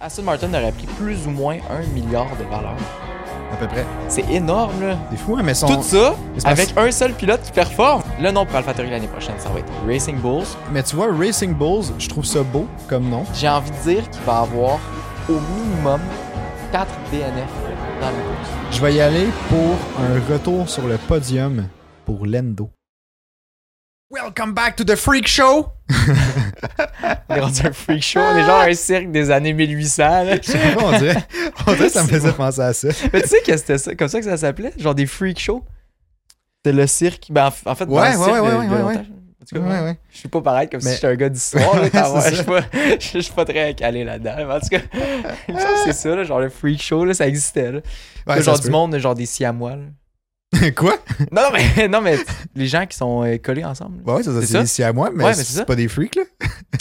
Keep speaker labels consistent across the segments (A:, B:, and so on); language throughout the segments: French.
A: Aston Martin aurait pris plus ou moins un milliard de valeur.
B: à peu près.
A: C'est énorme, là.
B: C'est fou, hein, mais son,
A: Tout ça
B: mais c'est parce-
A: avec un seul pilote qui performe. Le nom pour AlphaTauri l'année prochaine, ça va être Racing Bulls.
B: Mais tu vois, Racing Bulls, je trouve ça beau comme nom.
A: J'ai envie de dire qu'il va avoir au minimum 4 DNF dans le course.
B: Je vais y aller pour un retour sur le podium pour Lendo. Welcome back to the Freak Show!
A: On est rendu un freak show, on est genre un cirque des années 1800. là.
B: Je sais pas, on dirait, on dirait que ça me faisait penser à ça.
A: Mais tu sais que c'était ça- comme ça que ça s'appelait? Genre des freak shows? C'était le cirque. Ben, en f- en fait, dans
B: Ouais,
A: le
B: ouais,
A: cirque
B: ouais,
A: de-
B: ouais,
A: de
B: ouais,
A: longtemps.
B: ouais.
A: En tout cas,
B: Ouais, ouais.
A: Je suis pas pareil comme si
B: Mais-
A: j'étais un gars d'histoire. là, t'as-
B: Ouais,
A: ouais,
B: c'est
A: Je suis pas- je suis pas très calé là-dedans. Mais En tout cas, il me semble que c'est ça, là, genre le freak show, là, ça existait. Là. Là,
B: Ouais, ça
A: genre
B: se
A: du
B: peut.
A: monde, genre des siamois. là.
B: Quoi?
A: Non, non, mais, non, mais les gens qui sont euh, collés ensemble. là.
B: Bah ouais, ça, ça,
A: C'est
B: c'est
A: ça?
B: ici à moi, mais,
A: Ouais, mais
B: c'est,
A: c'est ça.
B: pas des freaks, là.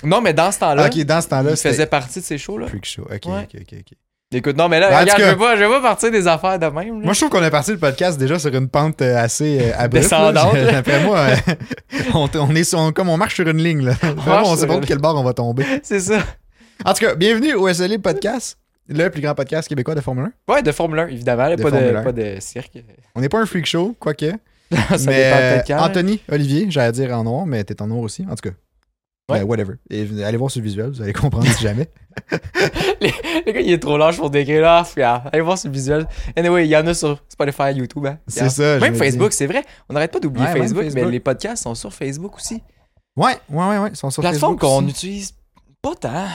A: Non, mais dans ce temps-là,
B: Ah, ok, dans ce temps-là,
A: ils
B: c'était
A: faisaient partie de ces shows-là.
B: Freak Show. Ok,
A: Ouais.
B: ok, ok, ok.
A: Écoute, non, mais là,
B: Ben, en
A: regarde,
B: tout
A: je
B: cas-
A: veux, pas, je veux pas partir des affaires de même. là.
B: Moi, je trouve qu'on est parti le podcast déjà sur une pente euh, assez euh, abrupte. là.
A: Descendante,
B: J'ai-
A: là.
B: D'après moi, euh, on, t- on est sur- on- comme on marche sur une ligne, là. Vraiment, on
A: marche
B: sait
A: sur
B: pas
A: une-
B: de quel bord on va tomber.
A: C'est ça.
B: En tout cas, bienvenue au SLE Podcast, le plus grand podcast québécois de Formule 1.
A: Ouais, de Formule 1, évidemment. là,
B: De
A: pas,
B: Formule
A: de,
B: 1.
A: pas de cirque.
B: On n'est pas un freak show, quoique.
A: ça dépend
B: mais
A: peut-être quand. hein. là.
B: Anthony, Olivier, j'allais dire en noir, mais t'es en noir aussi. En tout cas,
A: Ouais.
B: Ben, whatever. Et allez voir sur le visuel, vous allez comprendre si jamais.
A: Le gars, il est trop large pour décrire. Là, Puis, ah, allez voir sur le visuel. Anyway, il y en a sur Spotify, YouTube. Hein,
B: C'est ça. je
A: Même
B: me
A: Facebook, c'est vrai. On n'arrête pas d'oublier
B: Ouais, même
A: Facebook,
B: Facebook.
A: mais les podcasts sont sur Facebook aussi.
B: dis. Ouais, ouais, ouais, ouais. Ils sont sur
A: Plateforme
B: Facebook
A: qu'on
B: aussi.
A: utilise pas tant.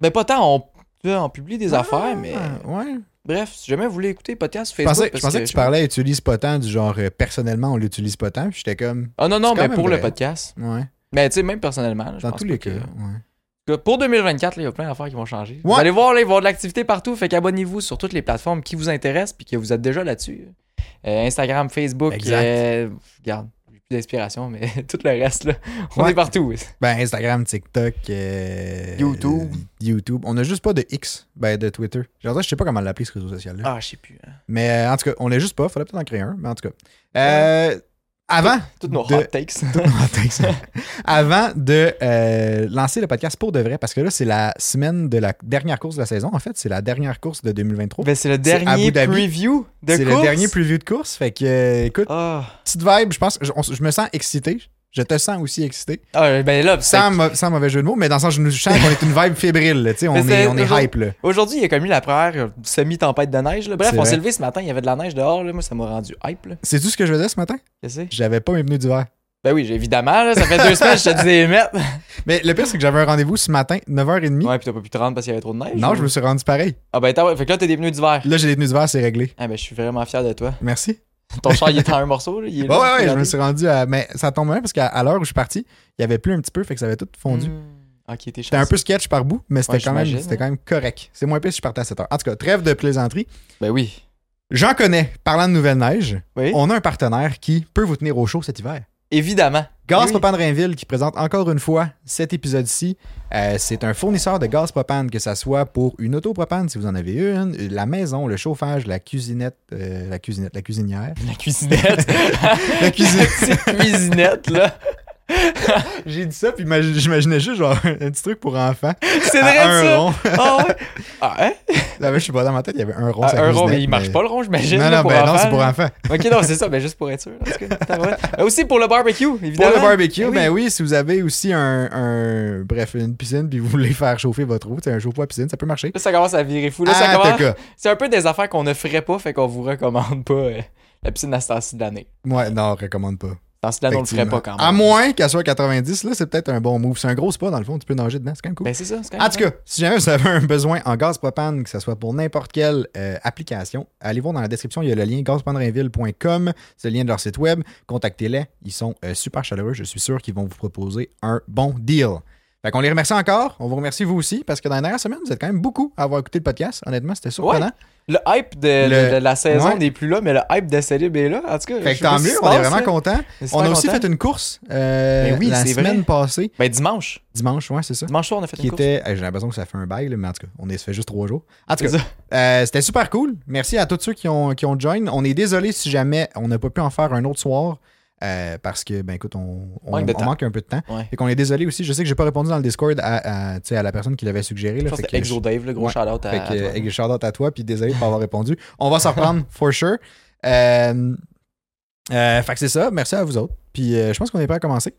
A: Ben, pas tant. On, tu vois, on publie des affaires, mais
B: Ah, ouais.
A: bref, si jamais vous voulez écouter les podcasts sur
B: Je
A: Facebook.
B: pensais, je
A: parce
B: pensais que, tu parlais utilise pas tant du genre euh, personnellement on l'utilise pas tant. puis J'étais comme
A: Ah non, non,
B: C'est quand
A: mais
B: même
A: pour
B: vrai.
A: le podcast.
B: ouais.
A: Mais tu sais, même personnellement, là, je
B: Dans
A: pense
B: tous
A: pas
B: les
A: que-
B: cas. ouais.
A: que Pour 2024, là, il y a plein d'affaires qui vont changer. Vous
B: Ouais.
A: allez voir, là, il va y avoir de l'activité partout. Fait qu'abonnez-vous sur toutes les plateformes qui vous intéressent puis que vous êtes déjà là-dessus. Euh, Instagram, Facebook,
B: Exact.
A: euh, regarde, j'ai plus d'inspiration, mais tout le reste, là, on
B: Ouais.
A: est partout.
B: Ben Instagram, TikTok, euh,
A: YouTube.
B: euh, YouTube. On a juste pas de X, ben de Twitter. Genre je sais pas comment l'appeler ce réseau social là.
A: Ah, je sais plus. hein.
B: Mais euh, en tout cas, on l'a juste pas. Faudrait peut-être en créer un. Mais en tout cas. Euh, Avant,
A: Toutes nos
B: De-
A: hot takes.
B: avant de euh, lancer le podcast pour de vrai, parce que là, c'est la semaine de la dernière course de la saison. En fait, c'est la dernière course de 2023.
A: Ben, c'est le
B: C'est Abu
A: dernier
B: Dhabi.
A: preview de
B: C'est le
A: course.
B: dernier preview de course. Fait que, euh, écoute,
A: Ah,
B: petite vibe, je pense, je, on- je me sens excité. Je te sens aussi excité.
A: Ah, ben là, fait
B: Sans, mau- sans mauvais jeu de mots, mais dans le sens, je nous- je sens qu'on est une vibe fébrile. là, tu sais, on,
A: Mais c'est
B: est, on est
A: toujours-
B: hype. Là.
A: Aujourd'hui, il y a commis la première euh, semi-tempête de neige. là. Bref,
B: C'est
A: on
B: vrai.
A: s'est levé ce matin, il y avait de la neige dehors. là. Moi, ça m'a rendu hype. là.
B: C'est tout ce que je faisais ce matin?
A: Qu'est-ce que c'est?
B: J'avais pas mes pneus d'hiver.
A: Ben oui, j'ai- évidemment, là, ça fait deux semaines que je te disais les mettre.
B: Mais le pire, c'est que j'avais un rendez-vous ce matin, 9h30.
A: Ouais, puis t'as pas pu te rendre parce qu'il y avait trop de neige.
B: non,
A: ou-
B: je me suis rendu pareil.
A: Ah ben t'as... Fait que là, t'es des pneus d'hiver.
B: Là, j'ai les pneus d'hiver, c'est réglé.
A: Ah ben, je suis vraiment fier de toi.
B: Merci.
A: Ton char, il est en un morceau, là. Il est
B: Ouais,
A: là,
B: ouais, ouais, je me
A: regardez.
B: suis rendu à. Mais ça tombe bien parce qu'à à l'heure où je suis parti, il y avait plus un petit peu, fait que ça avait tout fondu.
A: Hmm. Ok, t'es
B: C'était un
A: chanceux.
B: peu sketch par bout, mais c'était
A: Ouais,
B: quand, même-
A: j'imagine,
B: c'était
A: hein.
B: quand même correct. C'est moins pire si je partais à 7 heures. En tout cas, trêve de plaisanterie.
A: Ben oui.
B: J'en connais. Parlant de Nouvelle Neige,
A: Oui.
B: on a un partenaire qui peut vous tenir au chaud cet hiver.
A: Évidemment.
B: Gaz
A: Oui.
B: Propane Rainville qui présente encore une fois cet épisode-ci. Euh, c'est un fournisseur de gaz propane, que ça soit pour une auto propane si vous en avez une, la maison, le chauffage, la cuisinette, euh, la cuisinette, la cuisinière.
A: La cuisinette.
B: La cuisine.
A: petite cuisinette, là.
B: J'ai dit ça, puis imagi- j'imaginais juste genre un petit truc pour enfants.
A: C'est
B: à
A: vrai,
B: un
A: ça.
B: rond.
A: Ah ouais. Ah, hein?
B: Ah, ben, je sais pas, dans ma tête, il y avait un rond.
A: Ah,
B: sur la
A: un rond,
B: cuisinette,
A: mais il marche pas le rond, j'imagine.
B: Non,
A: là,
B: non,
A: pour
B: ben non,
A: enfants,
B: c'est pour
A: là.
B: enfants.
A: Ok, non, c'est ça, mais juste pour être sûr. parce que t'as vrai. Mais aussi pour le barbecue,
B: Pour
A: évidemment.
B: le barbecue, ben oui.
A: Ben
B: si vous avez aussi un, un- Bref, une piscine, puis vous voulez faire chauffer votre eau, c'est un chauffe-poids à piscine, ça peut marcher.
A: Là, ça commence à virer fou. Là, ça
B: Ah,
A: commence...
B: t'as cas.
A: C'est un peu des affaires qu'on ne ferait pas, fait qu'on vous recommande pas euh, la piscine à ce temps-ci de l'année.
B: Ouais, non, recommande pas.
A: Dans ce temps-là, on le ferait pas quand même.
B: À moins qu'elle soit 90, là, c'est peut-être un bon move. C'est un gros spa, dans le fond, tu peux nager dedans, c'est quand même cool.
A: Ben c'est ça, c'est quand même
B: En tout cas, si jamais vous avez un besoin en gaz propane, que ce soit pour n'importe quelle euh, application, allez voir dans la description, il y a le lien gazpropanerainville.com, c'est le lien de leur site web. Contactez-les, ils sont euh, super chaleureux, je suis sûr qu'ils vont vous proposer un bon deal. Fait qu'on les remercie encore, on vous remercie vous aussi, parce que dans la dernière semaine, vous êtes quand même beaucoup à avoir écouté le podcast. Honnêtement, c'était surprenant.
A: Le hype de,
B: Le-
A: de- de la saison
B: Ouais.
A: n'est plus là, mais le hype de Célib est là. En tout cas, je
B: fait que
A: sais pas
B: tant
A: ce qui
B: mieux,
A: se
B: on est
A: passe, hein.
B: vraiment
A: là.
B: contents.
A: est super
B: On a aussi
A: content.
B: fait une course euh,
A: Ben oui,
B: la
A: c'est vrai.
B: semaine passée,
A: Ben dimanche.
B: dimanche, ouais, c'est ça.
A: Dimanche soir, on a fait
B: Qui
A: une course.
B: était, euh, j'ai l'impression que ça fait un bail, là, mais en tout cas, on est, ça fait juste trois jours. En tout cas,
A: C'est ça.
B: Euh, c'était super cool. Merci à tous ceux qui ont, qui ont joined. On est désolé si jamais on n'a pas pu en faire un autre soir. euh, parce que, ben écoute, on, on-
A: Manque de
B: on
A: temps.
B: manque un peu de temps.
A: Ouais.
B: Fait qu'on est désolé aussi. Je sais que j'ai pas répondu dans le Discord à, à, tu sais, à la personne qui l'avait suggéré.
A: Je
B: Là,
A: pense
B: fait
A: que
B: que
A: c'était Exo Dave, le gros
B: Ouais.
A: shout-out à,
B: fait
A: à
B: que,
A: toi.
B: euh, shout-out à toi, puis désolé de pas avoir répondu. On va s'en reprendre, for sure. Euh, euh, fait que c'est ça. Merci à vous autres. Puis euh, je pense qu'on est prêt à commencer.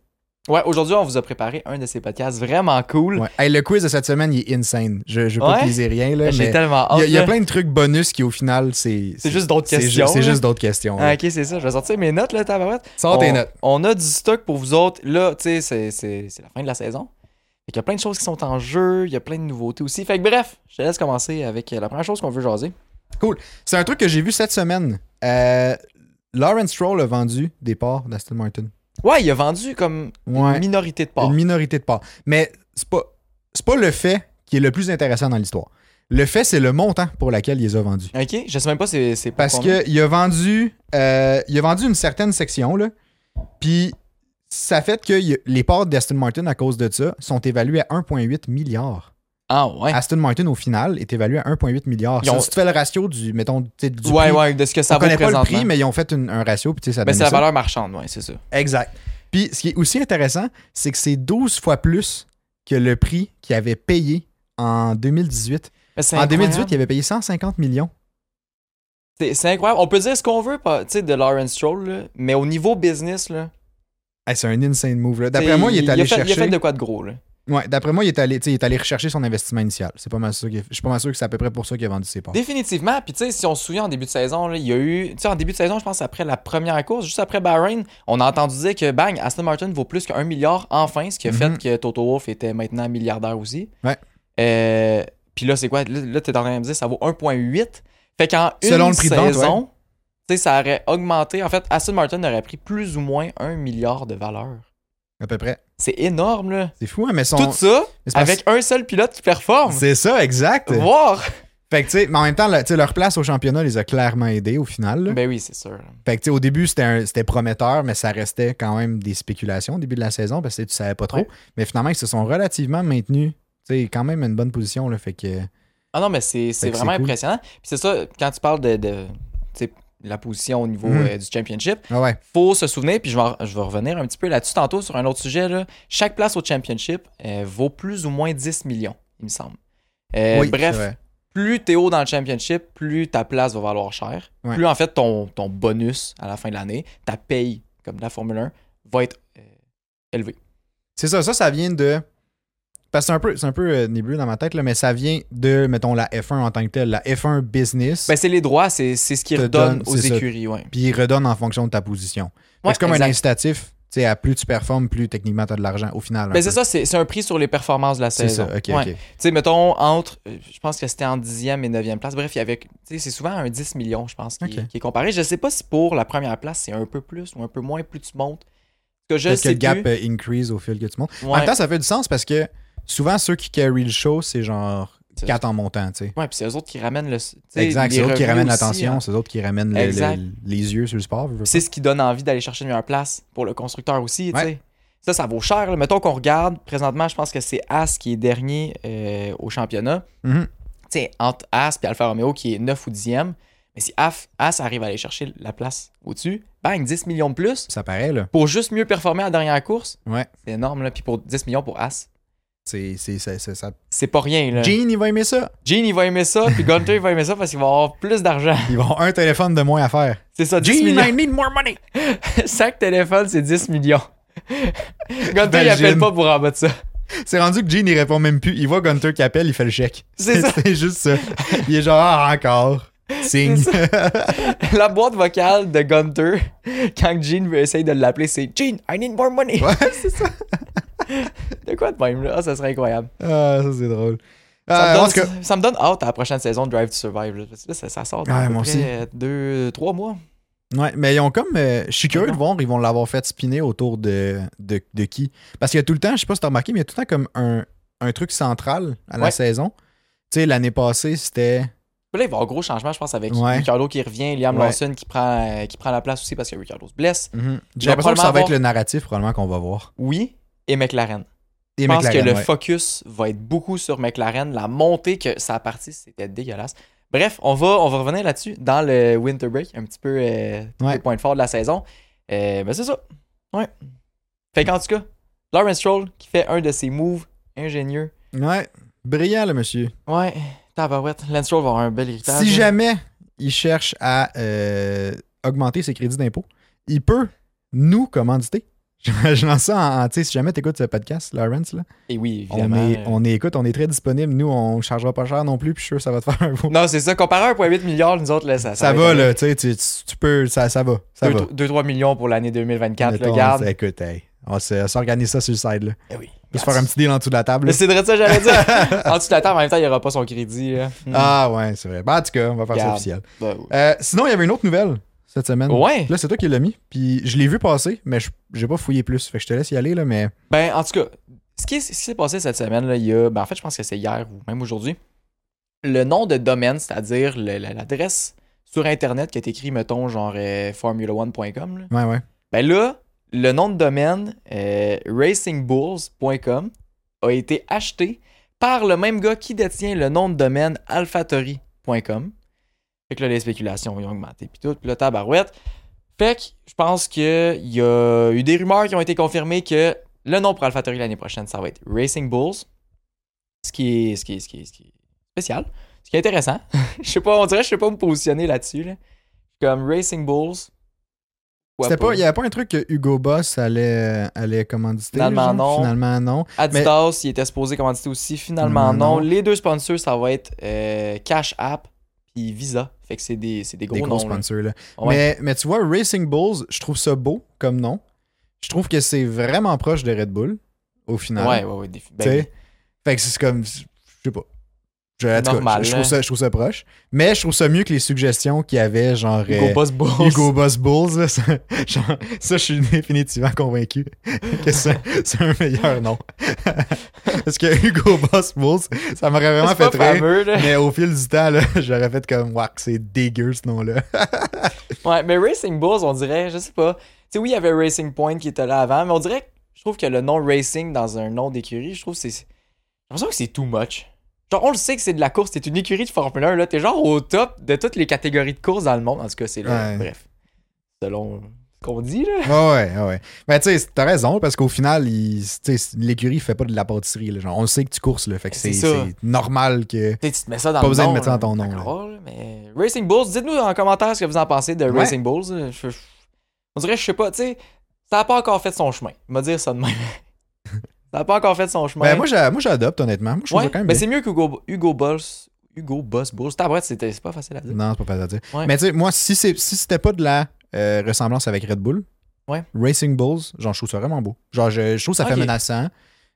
A: Ouais, aujourd'hui, on vous a préparé un de ces podcasts vraiment cool.
B: Ouais. Hey, le quiz de cette semaine, il est insane. Je, je veux pas
A: Ouais? Ben,
B: teaser rien, là,
A: J'ai
B: mais
A: tellement
B: il
A: hâte.
B: y, a- il y a
A: là.
B: plein de trucs bonus qui, au final, c'est...
A: Ah, C'est juste d'autres
B: c'est ju-
A: questions.
B: C'est
A: là.
B: juste d'autres questions.
A: Ah,
B: là.
A: ok, c'est ça. Je vais sortir mes notes, là, tabarouette.
B: Sors tes
A: on,
B: notes.
A: on a du stock pour vous autres. Là, tu sais, c'est- c'est c'est la fin de la saison. Fait qu'il y a plein de choses qui sont en jeu. Il y a plein de nouveautés aussi. Fait que bref, je te laisse commencer avec euh, la première chose qu'on veut jaser.
B: C'est un truc que j'ai vu cette semaine. Euh, Lawrence Stroll a vendu des parts d'Aston Martin.
A: Ouais, il a vendu comme
B: Ouais.
A: minorité de parts.
B: Une minorité de parts. Mais c'est pas, c'est pas le fait qui est le plus intéressant dans l'histoire. Le fait, c'est le montant pour lequel il les a vendus.
A: Ok, je sais même pas c'est c'est pour
B: Parce
A: combien.
B: qu'il a vendu euh, il a vendu une certaine section, là. Puis ça fait que il- les parts d'Aston Martin, à cause de ça, sont évaluées à 1,8 milliard.
A: Ah ouais.
B: Aston Martin, au final, est évalué à 1,8 milliard.
A: Ils ont-
B: Si tu fais le ratio du, mettons, tu sais, du
A: ouais,
B: prix,
A: ouais, de ce que
B: on
A: ça vaut
B: connaît pas
A: présentement.
B: le prix, mais ils ont fait une- un ratio, puis tu sais, ça
A: Ben,
B: donne
A: c'est la
B: ça.
A: valeur marchande, ouais, c'est ça.
B: Exact. Puis ce qui est aussi intéressant, c'est que c'est 12 fois plus que le prix qu'il avait payé en 2018.
A: Ben, c'est
B: En
A: incroyable.
B: 2018, il avait payé 150 millions.
A: C'est- c'est incroyable. On peut dire ce qu'on veut pas, tu sais, de Lawrence Stroll, là, mais au niveau business, là.
B: Hey, c'est un insane move. là.
A: tu
B: D'après
A: sais,
B: moi, il est allé
A: a fait-
B: chercher.
A: Il a fait de quoi de gros, là.
B: Ouais, d'après moi, il est allé, tu sais, il est allé rechercher son investissement initial. C'est pas mal sûr qu'il- Je suis pas mal sûr que c'est à peu près pour ça qu'il a vendu ses parts.
A: Définitivement. Puis, tu sais, si on se souvient en début de saison, là, il y a eu. Tu sais, en début de saison, je pense après la première course, juste après Bahreïn, on a entendu dire que bang, Aston Martin vaut plus qu'un milliard enfin, ce qui a
B: Mhm.
A: fait que Toto Wolff était maintenant milliardaire aussi.
B: Ouais.
A: Euh, puis là, c'est quoi Là, là, t'es en train de me dire ça vaut 1,8. Fait qu'en une
B: Selon le prix de vente,
A: saison, tu sais, ça aurait augmenté. En fait, Aston Martin aurait pris plus ou moins un milliard de valeur.
B: À peu près.
A: C'est énorme, là.
B: C'est fou, hein, mais son.
A: Tout ça
B: mais c'est parce-
A: avec un seul pilote qui performe.
B: C'est ça, exact.
A: Voir.
B: Fait que, tu sais, mais en même temps, le- tu sais, leur place au championnat les a clairement aidés au final. là.
A: Ben oui, c'est sûr.
B: Fait que, tu sais, au début, c'était un- c'était prometteur, mais ça restait quand même des spéculations au début de la saison parce que tu savais pas trop.
A: Ouais.
B: Mais finalement, ils se sont relativement maintenus. Tu sais, quand même une bonne position, là. Fait que.
A: Ah non, mais c'est c'est
B: que c'est
A: vraiment
B: cool.
A: impressionnant. Puis c'est ça, quand tu parles de, de, tu sais, la position au niveau
B: Mhm.
A: euh, du championship,
B: Ah ouais.
A: faut se souvenir, puis je vais, en- je vais revenir un petit peu là-dessus tantôt sur un autre sujet. Là. Chaque place au championship euh, vaut plus ou moins 10 millions, il me semble. Euh,
B: Oui,
A: bref,
B: c'est vrai.
A: plus t'es haut dans le championship, plus ta place va valoir cher.
B: Ouais.
A: Plus en fait ton, ton bonus à la fin de l'année, ta paye, comme la Formule 1, va être euh, élevée.
B: C'est ça, ça, ça vient de. Parce que c'est un peu, c'est un peu euh, nébuleux dans ma tête, là, mais ça vient de, mettons, la F1 en tant que telle, la F1 business.
A: Ben, c'est les droits, c'est c'est ce qu'ils
B: Te
A: redonnent
B: donne-
A: aux
B: c'est ça.
A: écuries. Ouais.
B: puis ils redonnent en fonction de ta position. Fait que
A: Ouais,
B: c'est comme
A: exact.
B: un incitatif. Tu sais, à plus tu performes, plus techniquement tu as de l'argent au final. un
A: Ben, c'est
B: peu.
A: ça, c'est c'est un prix sur les performances de la
B: C'est
A: saison.
B: ça, ok,
A: Ouais.
B: ok.
A: Tu sais, mettons, entre, euh, je pense que c'était en 10e et 9e place. Bref, il y avait, tu sais, c'est souvent un 10 millions, je pense, qui,
B: Ok.
A: qui est comparé. Je sais pas si pour la première place, c'est un peu plus ou un peu moins, plus tu montes. Parce Que je
B: Peut-être que
A: sais
B: le gap
A: plus.
B: euh, increase au fil que tu montes.
A: Ouais.
B: En même temps, ça fait du sens parce que souvent, ceux qui carry le show, c'est genre
A: C'est-
B: 4 en montant, tu sais.
A: Ouais, puis c'est eux autres qui ramènent le. tu sais,
B: Exact,
A: les
B: c'est eux autres qui
A: revenus
B: ramènent
A: aussi,
B: l'attention,
A: hein.
B: c'est eux autres qui ramènent le-
A: Exact.
B: le- les yeux sur le sport. veux, veux
A: Puis c'est ce qui donne envie d'aller chercher une meilleure place pour le constructeur aussi, tu
B: Ouais.
A: sais. Ça, ça vaut cher. là. Mettons qu'on regarde, présentement, je pense que c'est As qui est dernier euh, au championnat.
B: pas. Mhm.
A: Tu sais, entre As et Alfa Romeo qui est 9 ou 10e. Mais si Af- As arrive à aller chercher la place au-dessus, bang, 10 millions de plus.
B: Ça paraît, là.
A: pour juste mieux performer à la dernière course,
B: Ouais.
A: c'est énorme. Là. Puis pour 10 millions pour As,
B: C'est, c'est, c'est- c'est- ça.
A: c'est pas rien. Là.
B: Gene, il va aimer ça.
A: Gene, il va aimer ça, puis Gunter, il va aimer ça parce qu'il va avoir plus d'argent.
B: Ils vont un téléphone de moins à faire.
A: C'est ça, 10
B: Gene,
A: millions.
B: I need more money.
A: Chaque téléphone, c'est 10 millions. Gunter, il
B: Imagine.
A: appelle pas pour en battre ça.
B: C'est rendu que Gene, il répond même plus. Il voit Gunter qui appelle, il fait le chèque.
A: C'est ça.
B: c'est juste ça. Il est genre, ah, encore. Signe.
A: La boîte vocale de Gunter, quand Gene veut essayer de l'appeler, c'est Gene, I need more money.
B: Ouais, c'est ça.
A: De quoi de même, là? Ah, ça serait incroyable.
B: Ah, ça, c'est drôle.
A: Ça,
B: Ah, en
A: me
B: tout cas,
A: donne, ça me donne hâte à la prochaine saison de Drive to Survive. Là, Parce que là, ça, ça sort dans
B: Ouais,
A: à peu
B: moi
A: près,
B: aussi.
A: euh, deux, trois mois.
B: Ouais, mais ils ont comme. euh, je suis curieux de
A: non.
B: voir, ils vont l'avoir fait spinner autour de, de, de qui. Parce qu'il y a tout le temps, je sais pas si t'as remarqué, mais il y a tout le temps comme un, un truc central à la
A: Ouais.
B: saison. Tu sais, l'année passée, c'était.
A: Puis Là, il va y avoir un gros changement, je pense, avec
B: Ouais.
A: Ricardo qui revient, Liam
B: Ouais.
A: Lawson qui prend, euh, qui prend la place aussi parce que Ricardo se blesse.
B: J'ai l'impression que ça
A: Mhm. probablement
B: va être
A: avoir-
B: le narratif, probablement, qu'on va voir.
A: Oui, et McLaren.
B: Et
A: je pense
B: McLaren,
A: que le
B: ouais.
A: focus va être beaucoup sur McLaren. La montée que ça a parti, c'était dégueulasse. Bref, on va, on va revenir là-dessus dans le winter break, un petit peu euh,
B: Ouais.
A: les points forts de la saison. Euh, ben, c'est ça. Ouais. Fait qu'en tout cas, Lawrence Stroll qui fait un de ses moves ingénieux.
B: Ouais. Brillant, le monsieur.
A: Ouais, tabarouette. Lance Stroll va avoir un bel héritage. hein.
B: si
A: là.
B: jamais il cherche à euh, augmenter ses crédits d'impôt, il peut nous commanditer. Je je lance ça en. en- tu sais, si jamais tu écoutes ce podcast, Lawrence, là,
A: Et oui,
B: on,
A: évidemment.
B: est,
A: euh,
B: on est- écoute, on est très disponible. Nous, on ne chargera pas cher non plus, puis je suis sûr que ça va te faire un beau.
A: Non, c'est ça. Comparé à 1,8 milliard, nous autres, là, ça,
B: ça va, là, tu sais, tu, tu peux, ça, ça va. Ça va.
A: 2-3 millions pour l'année 2024, le
B: Mettons,
A: garde.
B: c'est- Écoute, hey, on se- on s'organise ça sur le side, là.
A: Eh oui.
B: On peut se faire un petit deal en dessous de la table.
A: Mais
B: là.
A: c'est de ça, que j'allais dire. en dessous de la table, en même temps, il n'y aura pas son crédit. là. Hmm.
B: Ah ouais, c'est vrai. Ben, en tout cas, on va faire ça
A: Garde.
B: officiel.
A: Ben, ouais.
B: Euh, sinon, il y avait une autre nouvelle cette semaine.
A: Ouais.
B: Là, c'est toi qui l'as mis, puis je l'ai vu passer, mais je- j'ai pas fouillé plus. Fait que je te laisse y aller, là, mais
A: Ben, en tout cas, ce qui, ce qui s'est passé cette semaine, là, il y a. Ben, en fait, je pense que c'est hier ou même aujourd'hui. Le nom de domaine, c'est-à-dire le- la- l'adresse sur Internet qui est écrit, mettons, genre euh, formula1.com, là.
B: ouais, ouais.
A: Ben là, le nom de domaine euh, racingbulls.com a été acheté par le même gars qui détient le nom de domaine alphatory.com. Fait que là, les spéculations ont augmenté, puis tout, puis là, tabarouette. Fait que je pense qu'il y a eu des rumeurs qui ont été confirmées que le nom pour Alphatory l'année prochaine, ça va être Racing Bulls. Ce qui est, ce qui est, ce qui est- ce qui est spécial, ce qui est intéressant. je sais pas, on dirait que je sais pas me positionner là-dessus. là. Comme Racing Bulls. ou
B: C'était pas, il y avait pas un truc que Hugo Boss allait, allait commanditer.
A: Finalement,
B: genre?
A: non.
B: Finalement, non.
A: Adidas, il était supposé commanditer aussi. Finalement, non.
B: Finalement, non.
A: Les deux sponsors, ça va être euh, Cash App puis Visa. Fait que c'est des, c'est des gros
B: Des gros
A: noms. là.
B: sponsors, là.
A: Ouais.
B: Mais, mais tu vois, Racing Bulls, je trouve ça beau comme nom. Je trouve que c'est vraiment proche de Red Bull, au final.
A: Ouais, ouais, ouais. des- ben
B: Tu sais,
A: oui.
B: Fait que c'est comme. Je sais pas. Je, en tout cas,
A: Normal,
B: je, je trouve
A: hein.
B: ça, je trouve ça proche. Mais je trouve ça mieux que les suggestions qu'il y avait, genre. euh,
A: Hugo Boss Bulls.
B: Hugo Boss Bulls, là, ça, genre, ça, je suis définitivement convaincu que ça, c'est un meilleur nom. Parce que Hugo Boss Bulls, ça m'aurait vraiment
A: C'est
B: fait
A: pas
B: rire.
A: fameux, là.
B: Mais au fil du temps, là, j'aurais fait comme, waouh, c'est dégueu ce nom-là.
A: Ouais, mais Racing Bulls, on dirait, je sais pas. Tu sais, oui, il y avait Racing Point qui était là avant, mais on dirait que je trouve que le nom Racing dans un nom d'écurie, je trouve que c'est. J'ai l'impression que c'est too much. Genre, on le sait que c'est de la course, t'es une écurie de Formule 1, là. T'es genre au top de toutes les catégories de course dans le monde. En tout cas, c'est là.
B: Ouais.
A: Bref. Selon ce qu'on dit, là.
B: Ah ouais, ah ouais. Mais tu sais, t'as raison, parce qu'au final, il- tu sais, l'écurie fait pas de la pâtisserie. là. genre, on le sait que tu courses, là, fait que
A: C'est
B: c'est
A: ça.
B: c'est normal que. Ben,
A: Tu sais, tu te mets ça dans
B: Pas
A: le
B: besoin de
A: nom,
B: mettre ça
A: là,
B: dans ton nom,
A: d'accord, là, mais Racing Bulls, dites-nous en commentaire ce que vous en pensez de
B: Ouais.
A: Racing Bulls. là. Je- je- on dirait, je sais pas, tu sais, ça a pas encore fait son chemin. On va dire ça de même. ça a pas encore fait son chemin.
B: Ben, moi, j'a- moi, j'adopte, honnêtement. Moi, je trouve
A: Ouais, ben,
B: ça quand même
A: mais
B: bien.
A: c'est mieux qu'Hugo Hugo Boss. Hugo Boss Bulls. Tabarouette, c'était- c'est pas facile à dire.
B: Non, c'est pas facile à dire.
A: Ouais.
B: Mais tu sais, moi, si, c'est- si c'était pas de la euh, ressemblance avec Red Bull,
A: Ouais.
B: Racing Bulls, genre, je trouve ça vraiment beau. Genre, je, je trouve ça fait
A: Ok.
B: menaçant.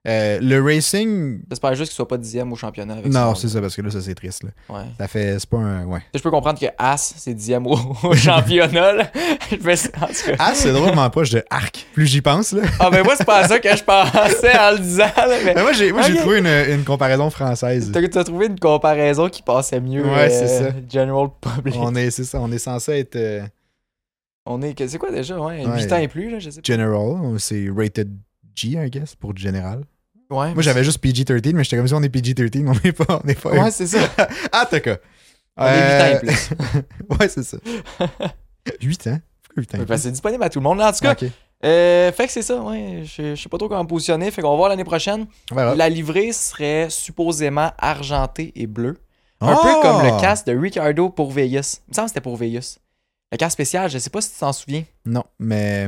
B: Euh, le racing.
A: J'espère juste qu'il soit pas dixième au championnat. Avec son-
B: Non, c'est ça, parce que là, ça, c'est triste. là.
A: ouais.
B: Ça fait. C'est pas un. Ouais.
A: Je peux comprendre que As, c'est dixième au, au championnat. là. Je me suis- en tout cas.
B: Ah, c'est drôlement proche de Arc. Plus j'y pense, là.
A: Ah, ben moi, c'est pas à ça que je pensais en le disant. là, mais...
B: Mais moi, j'ai moi, j'ai
A: Ok.
B: trouvé une, une comparaison française.
A: T'as, t'as trouvé une comparaison qui passait mieux. euh,
B: Ouais, c'est ça.
A: General Public.
B: On est, c'est ça, on est censé être euh,
A: On est. que- C'est quoi déjà ouais,
B: Ouais.
A: 8 ans et plus, là, je sais
B: general. C'est rated G, I guess, pour général.
A: pas. Ouais,
B: Moi, j'avais juste PG-13, mais j'étais comme si on est PG-13, on n'est pas. On est pas
A: Ouais, c'est ça.
B: Ah, t'as quoi? Euh,
A: On est 8 ans et plus.
B: Ouais, c'est ça. 8 ans? Pourquoi 8 ans?
A: Mais parce que c'est disponible à tout le monde. Là, en tout cas,
B: Ok.
A: euh, fait que c'est ça. Ouais, je, je sais pas trop comment me positionner. Fait qu'on va voir l'année prochaine.
B: On verra.
A: La livrée serait supposément argentée et bleue. Un
B: Ah!
A: peu comme le casque de Ricardo pour Vegas. Il me semble que c'était pour Vegas. Le casque spécial, je sais pas si tu t'en souviens.
B: Non, mais.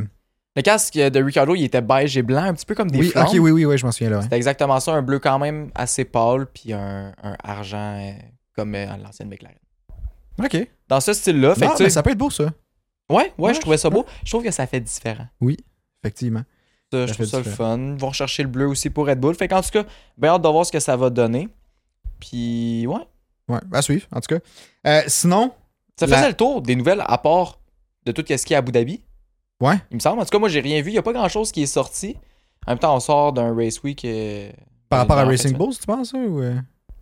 A: Le casque de Ricardo, il était beige et blanc, un petit peu comme des
B: Oui,
A: flammes.
B: ok, oui, oui, oui, je m'en souviens là. ouais.
A: C'était exactement ça, un bleu quand même assez pâle, puis un, un argent euh, comme euh, l'ancienne McLaren.
B: Ok.
A: Dans ce style-là, fait
B: Non,
A: que tu
B: mais
A: sais-
B: ça peut être beau, ça.
A: ouais, ouais,
B: Ouais,
A: je trouvais ça beau. Je trouve que ça fait différent.
B: Effectivement.
A: Ça,
B: Ça
A: je trouve
B: fait
A: ça le fun. Ils vont rechercher le bleu aussi pour Red Bull. Fait qu'en tout cas, ben hâte de voir ce que ça va donner. Puis, ouais.
B: Ouais, à suivre, en tout cas. Euh, sinon,
A: Ça
B: La-
A: faisait le tour des nouvelles à part de tout ce qui est à Abu Dhabi.
B: Ouais.
A: Il me semble. En tout cas, moi, j'ai rien vu. Il n'y a pas grand-chose qui est sorti. En même temps, on sort d'un Race Week. euh,
B: par
A: euh,
B: rapport à
A: dans la fin de
B: Racing
A: semaine.
B: Bulls, tu penses, ça, ou. euh?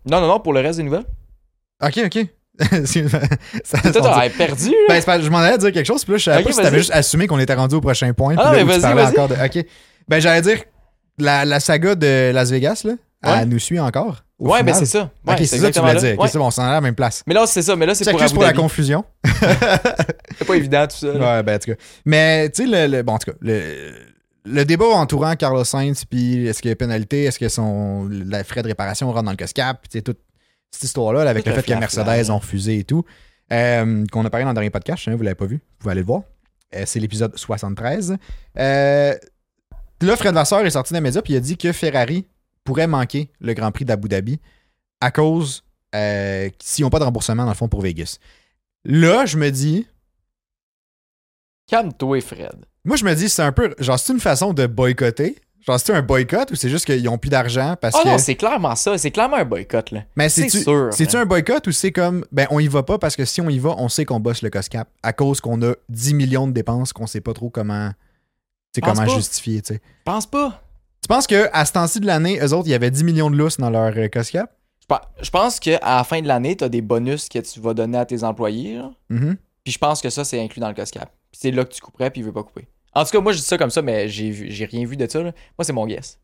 A: Non, non, non, pour le reste des nouvelles.
B: Ok, ok. Excuse-moi. Ça-
A: Toi,
B: on dit-
A: t'aurais perdu. là.
B: Ben, c'est pas- je m'en allais dire quelque chose, puis là, je savais
A: Ok,
B: pas si
A: vas-y.
B: t'avais juste assumé qu'on était rendu au prochain point.
A: Ah
B: puis
A: non,
B: là,
A: mais
B: où tu
A: vas-y,
B: parlais
A: vas-y.
B: encore de- Ok. Ben, j'allais dire, la, la saga de Las Vegas, là,
A: Ouais.
B: elle nous suit encore. au
A: ouais,
B: final.
A: ben c'est ça. Ouais,
B: Ok, c'est ça que tu
A: exactement là.
B: voulais dire. Ok,
A: Ouais.
B: c'est bon, on s'en allait à la même place.
A: Mais là, c'est ça. Mais là, c'est
B: C'est
A: pour
B: pour,
A: Abu
B: pour la
A: Dhabi.
B: confusion.
A: C'est pas évident, tout ça. là.
B: Ouais, ben, en tout cas. Mais, tu sais, le, le- bon, en tout cas, le, le débat entourant Carlos Sainz, puis est-ce qu'il y a pénalité, est-ce que son la frais de réparation rentre dans le COSCAP, puis tu sais, toute cette histoire-là, là, avec
A: Tout
B: le
A: le
B: fait que
A: flafla,
B: Mercedes
A: là.
B: ont refusé et tout, euh, qu'on a parlé dans le dernier podcast, hein, vous l'avez pas vu, vous pouvez aller le voir. Euh, c'est l'épisode 73. Euh, là, Fred Vasseur est sorti des médias, puis il a dit que Ferrari pourrait manquer le Grand Prix d'Abu Dhabi à cause euh, s'ils n'ont pas de remboursement, dans le fond, pour Vegas. Là, je me dis,
A: Calme-toi, Fred.
B: moi, je me dis, c'est un peu. Genre, c'est une façon de boycotter. Genre, c'est un boycott ou c'est juste qu'ils ont plus d'argent parce
A: Oh
B: que.
A: non, c'est clairement ça. C'est clairement un boycott, là.
B: mais
A: C'est
B: c'est-tu
A: sûr.
B: c'est-tu
A: hein.
B: un boycott ou c'est comme. Ben, on y va pas parce que si on y va, on sait qu'on bosse le COSCAP à cause qu'on a 10 millions de dépenses qu'on sait pas trop comment. Tu sais,
A: Pense
B: comment
A: pas.
B: justifier, tu sais.
A: Pense pas.
B: Tu penses qu'à ce temps-ci de l'année, eux autres, il y avait 10 millions de lousses dans leur euh, COSCAP?
A: Je pe- Je pense qu'à la fin de l'année, t'as des bonus que tu vas donner à tes employés. là.
B: Mhm.
A: Puis je pense que ça, c'est inclus dans le COSCAP. Puis c'est là que tu couperais, puis il veut pas couper. En tout cas, moi, je dis ça comme ça, mais j'ai vu- j'ai rien vu de ça. là. Moi, c'est mon guess.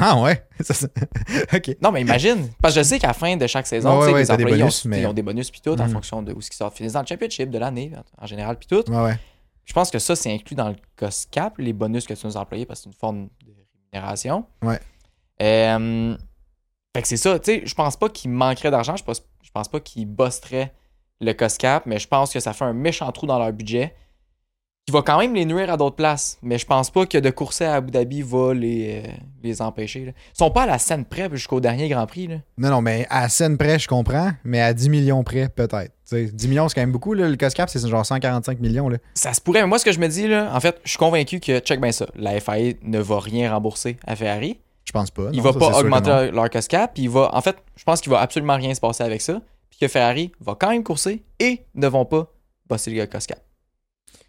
B: Ah ouais? Ça, ça- ok.
A: Non, mais imagine. Parce que je sais qu'à la fin de chaque saison,
B: Ouais,
A: tu sais,
B: ouais,
A: les
B: t'as des
A: employés
B: bonus,
A: ont,
B: mais-
A: ils ont des bonus, puis tout, en
B: Mhm.
A: fonction de où ce qu'ils sortent. Finissent dans le championship de l'année, en général, puis tout.
B: Ouais, ouais.
A: Je pense que ça, c'est inclus dans le COSCAP, les bonus que tu nous as employés, parce que c'est une forme de rémunération.
B: Ouais.
A: Euh, fait que c'est ça, tu sais, je pense pas qu'il manquerait d'argent, je pense, je pense pas qu'il bosserait le COSCAP, mais je pense que ça fait un méchant trou dans leur budget qui va quand même les nuire à d'autres places. Mais je pense pas que de courser à Abu Dhabi va les, euh, les empêcher. là. Ils sont pas à la scène près jusqu'au dernier Grand Prix. Là.
B: Non, non, mais à scène près, je comprends, mais à 10 millions près, peut-être. Tu sais, 10 millions, c'est quand même beaucoup, là. Le COSCAP, c'est genre 145 millions, là.
A: Ça se pourrait, mais moi, ce que je me dis, là, en fait, je suis convaincu que, check bien ça, la FAI ne va rien rembourser à Ferrari.
B: Je pense pas.
A: il
B: Ah non,
A: va
B: ça,
A: pas
B: c'est sûr que
A: augmenter
B: non.
A: leur, leur cascade, puis il va en fait, je pense qu'il va absolument rien se passer avec ça, puis que Ferrari va quand même courser et ne vont pas bosser le cascade.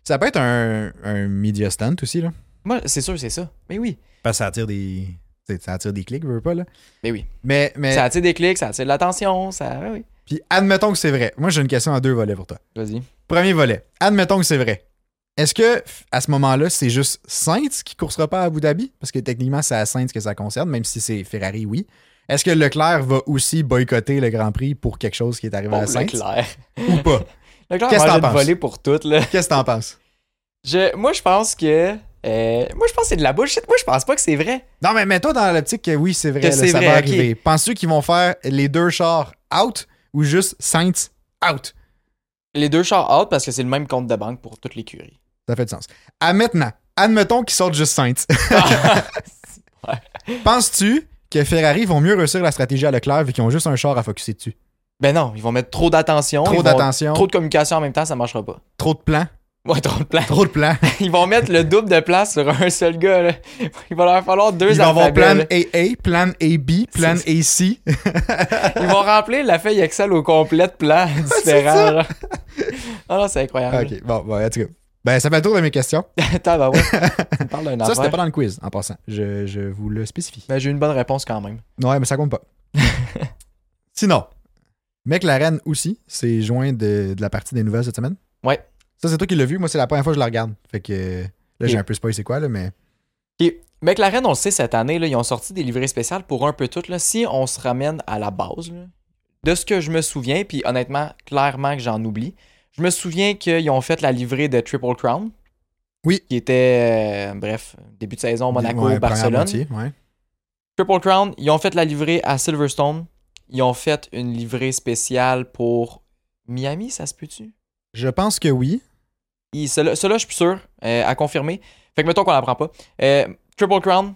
B: Ça peut être un, un media stunt aussi, là.
A: Moi, c'est sûr, c'est ça. Mais oui.
B: Parce que ça attire des. tu sais, Ça attire des clics, je veux pas, là.
A: Mais oui.
B: Mais, mais
A: Ça attire des clics, ça attire de l'attention, ça ah oui, oui.
B: puis admettons que c'est vrai. Moi, j'ai une question à deux volets pour toi.
A: Vas-y.
B: Premier volet, admettons que c'est vrai. Est-ce que, à ce moment-là, c'est juste Sainz qui coursera pas à Abu Dhabi? Parce que techniquement, c'est à Sainz que ça concerne, même si c'est Ferrari, oui. Est-ce que Leclerc va aussi boycotter le Grand Prix pour quelque chose qui est arrivé
A: Bon,
B: à Sainz
A: Leclerc.
B: ou pas?
A: Leclerc
B: Qu'est-ce que
A: mange
B: t'en
A: une
B: penses?
A: volée pour toutes là.
B: Qu'est-ce que t'en penses?
A: Je- moi je pense que euh, moi je pense que c'est de la bullshit. Moi je pense pas que c'est vrai.
B: Non, mais mets-toi dans l'optique que oui, c'est vrai,
A: Que
B: là,
A: c'est
B: ça
A: vrai,
B: va
A: ok.
B: arriver. Penses-tu qu'ils vont faire les deux chars out ou juste Saints out?
A: Les deux chars out parce que c'est le même compte de banque pour toute l'écurie.
B: Ça fait du sens. À maintenant, admettons qu'ils sortent juste Saints.
A: Ah,
B: Penses-tu que Ferrari vont mieux réussir la stratégie à Leclerc vu qu'ils ont juste un char à focusser dessus?
A: ben non, ils vont mettre trop d'attention, ils
B: Trop
A: vont-
B: d'attention,
A: trop
B: trop...
A: de communication en même temps, ça marchera pas.
B: de plans,
A: Ouais, trop de plans.
B: trop de plans.
A: Ils vont mettre le double de place sur un seul gars. Là. Il va leur falloir deux
B: Ils vont avoir
A: alphabets,
B: plan
A: là.
B: AA, plan AB, plan AC.
A: Ils vont remplir la feuille Excel au complet de plans différents.
B: ça.
A: là. Ah non, c'est incroyable.
B: ok, bon, bon, en tout cas. Ben, ça fait le tour de mes questions.
A: Attends, bah ouais. Tu me parles d'un
B: Ça,
A: affaire.
B: c'était pas dans le quiz, en passant. Je, je vous le spécifie.
A: Ben, j'ai eu une bonne réponse quand même.
B: Ouais, mais ça compte pas. Sinon, McLaren aussi s'est joint de, de la partie des nouvelles cette semaine.
A: Ouais.
B: Ça, c'est toi qui l'as vu. Moi, c'est la première fois que je la regarde. Fait que là, j'ai
A: Ok.
B: un peu spoil c'est quoi, là, mais.
A: Et McLaren, on le sait cette année, là, ils ont sorti des livrées spéciales pour un peu tout. Là. Si on se ramène à la base, là, de ce que je me souviens, puis honnêtement, clairement que j'en oublie, je me souviens qu'ils ont fait la livrée de Triple Crown.
B: Oui.
A: Qui était, euh, bref, début de saison, Monaco,
B: Ouais, première
A: Barcelone.
B: moitié, ouais.
A: Triple Crown, ils ont fait la livrée à Silverstone. Ils ont fait une livrée spéciale pour Miami, ça se peut-tu?
B: Je pense que oui.
A: Il- Cela, cela, je suis plus sûr, euh, à confirmer. Fait que mettons qu'on l'apprend pas. Euh, Triple Crown,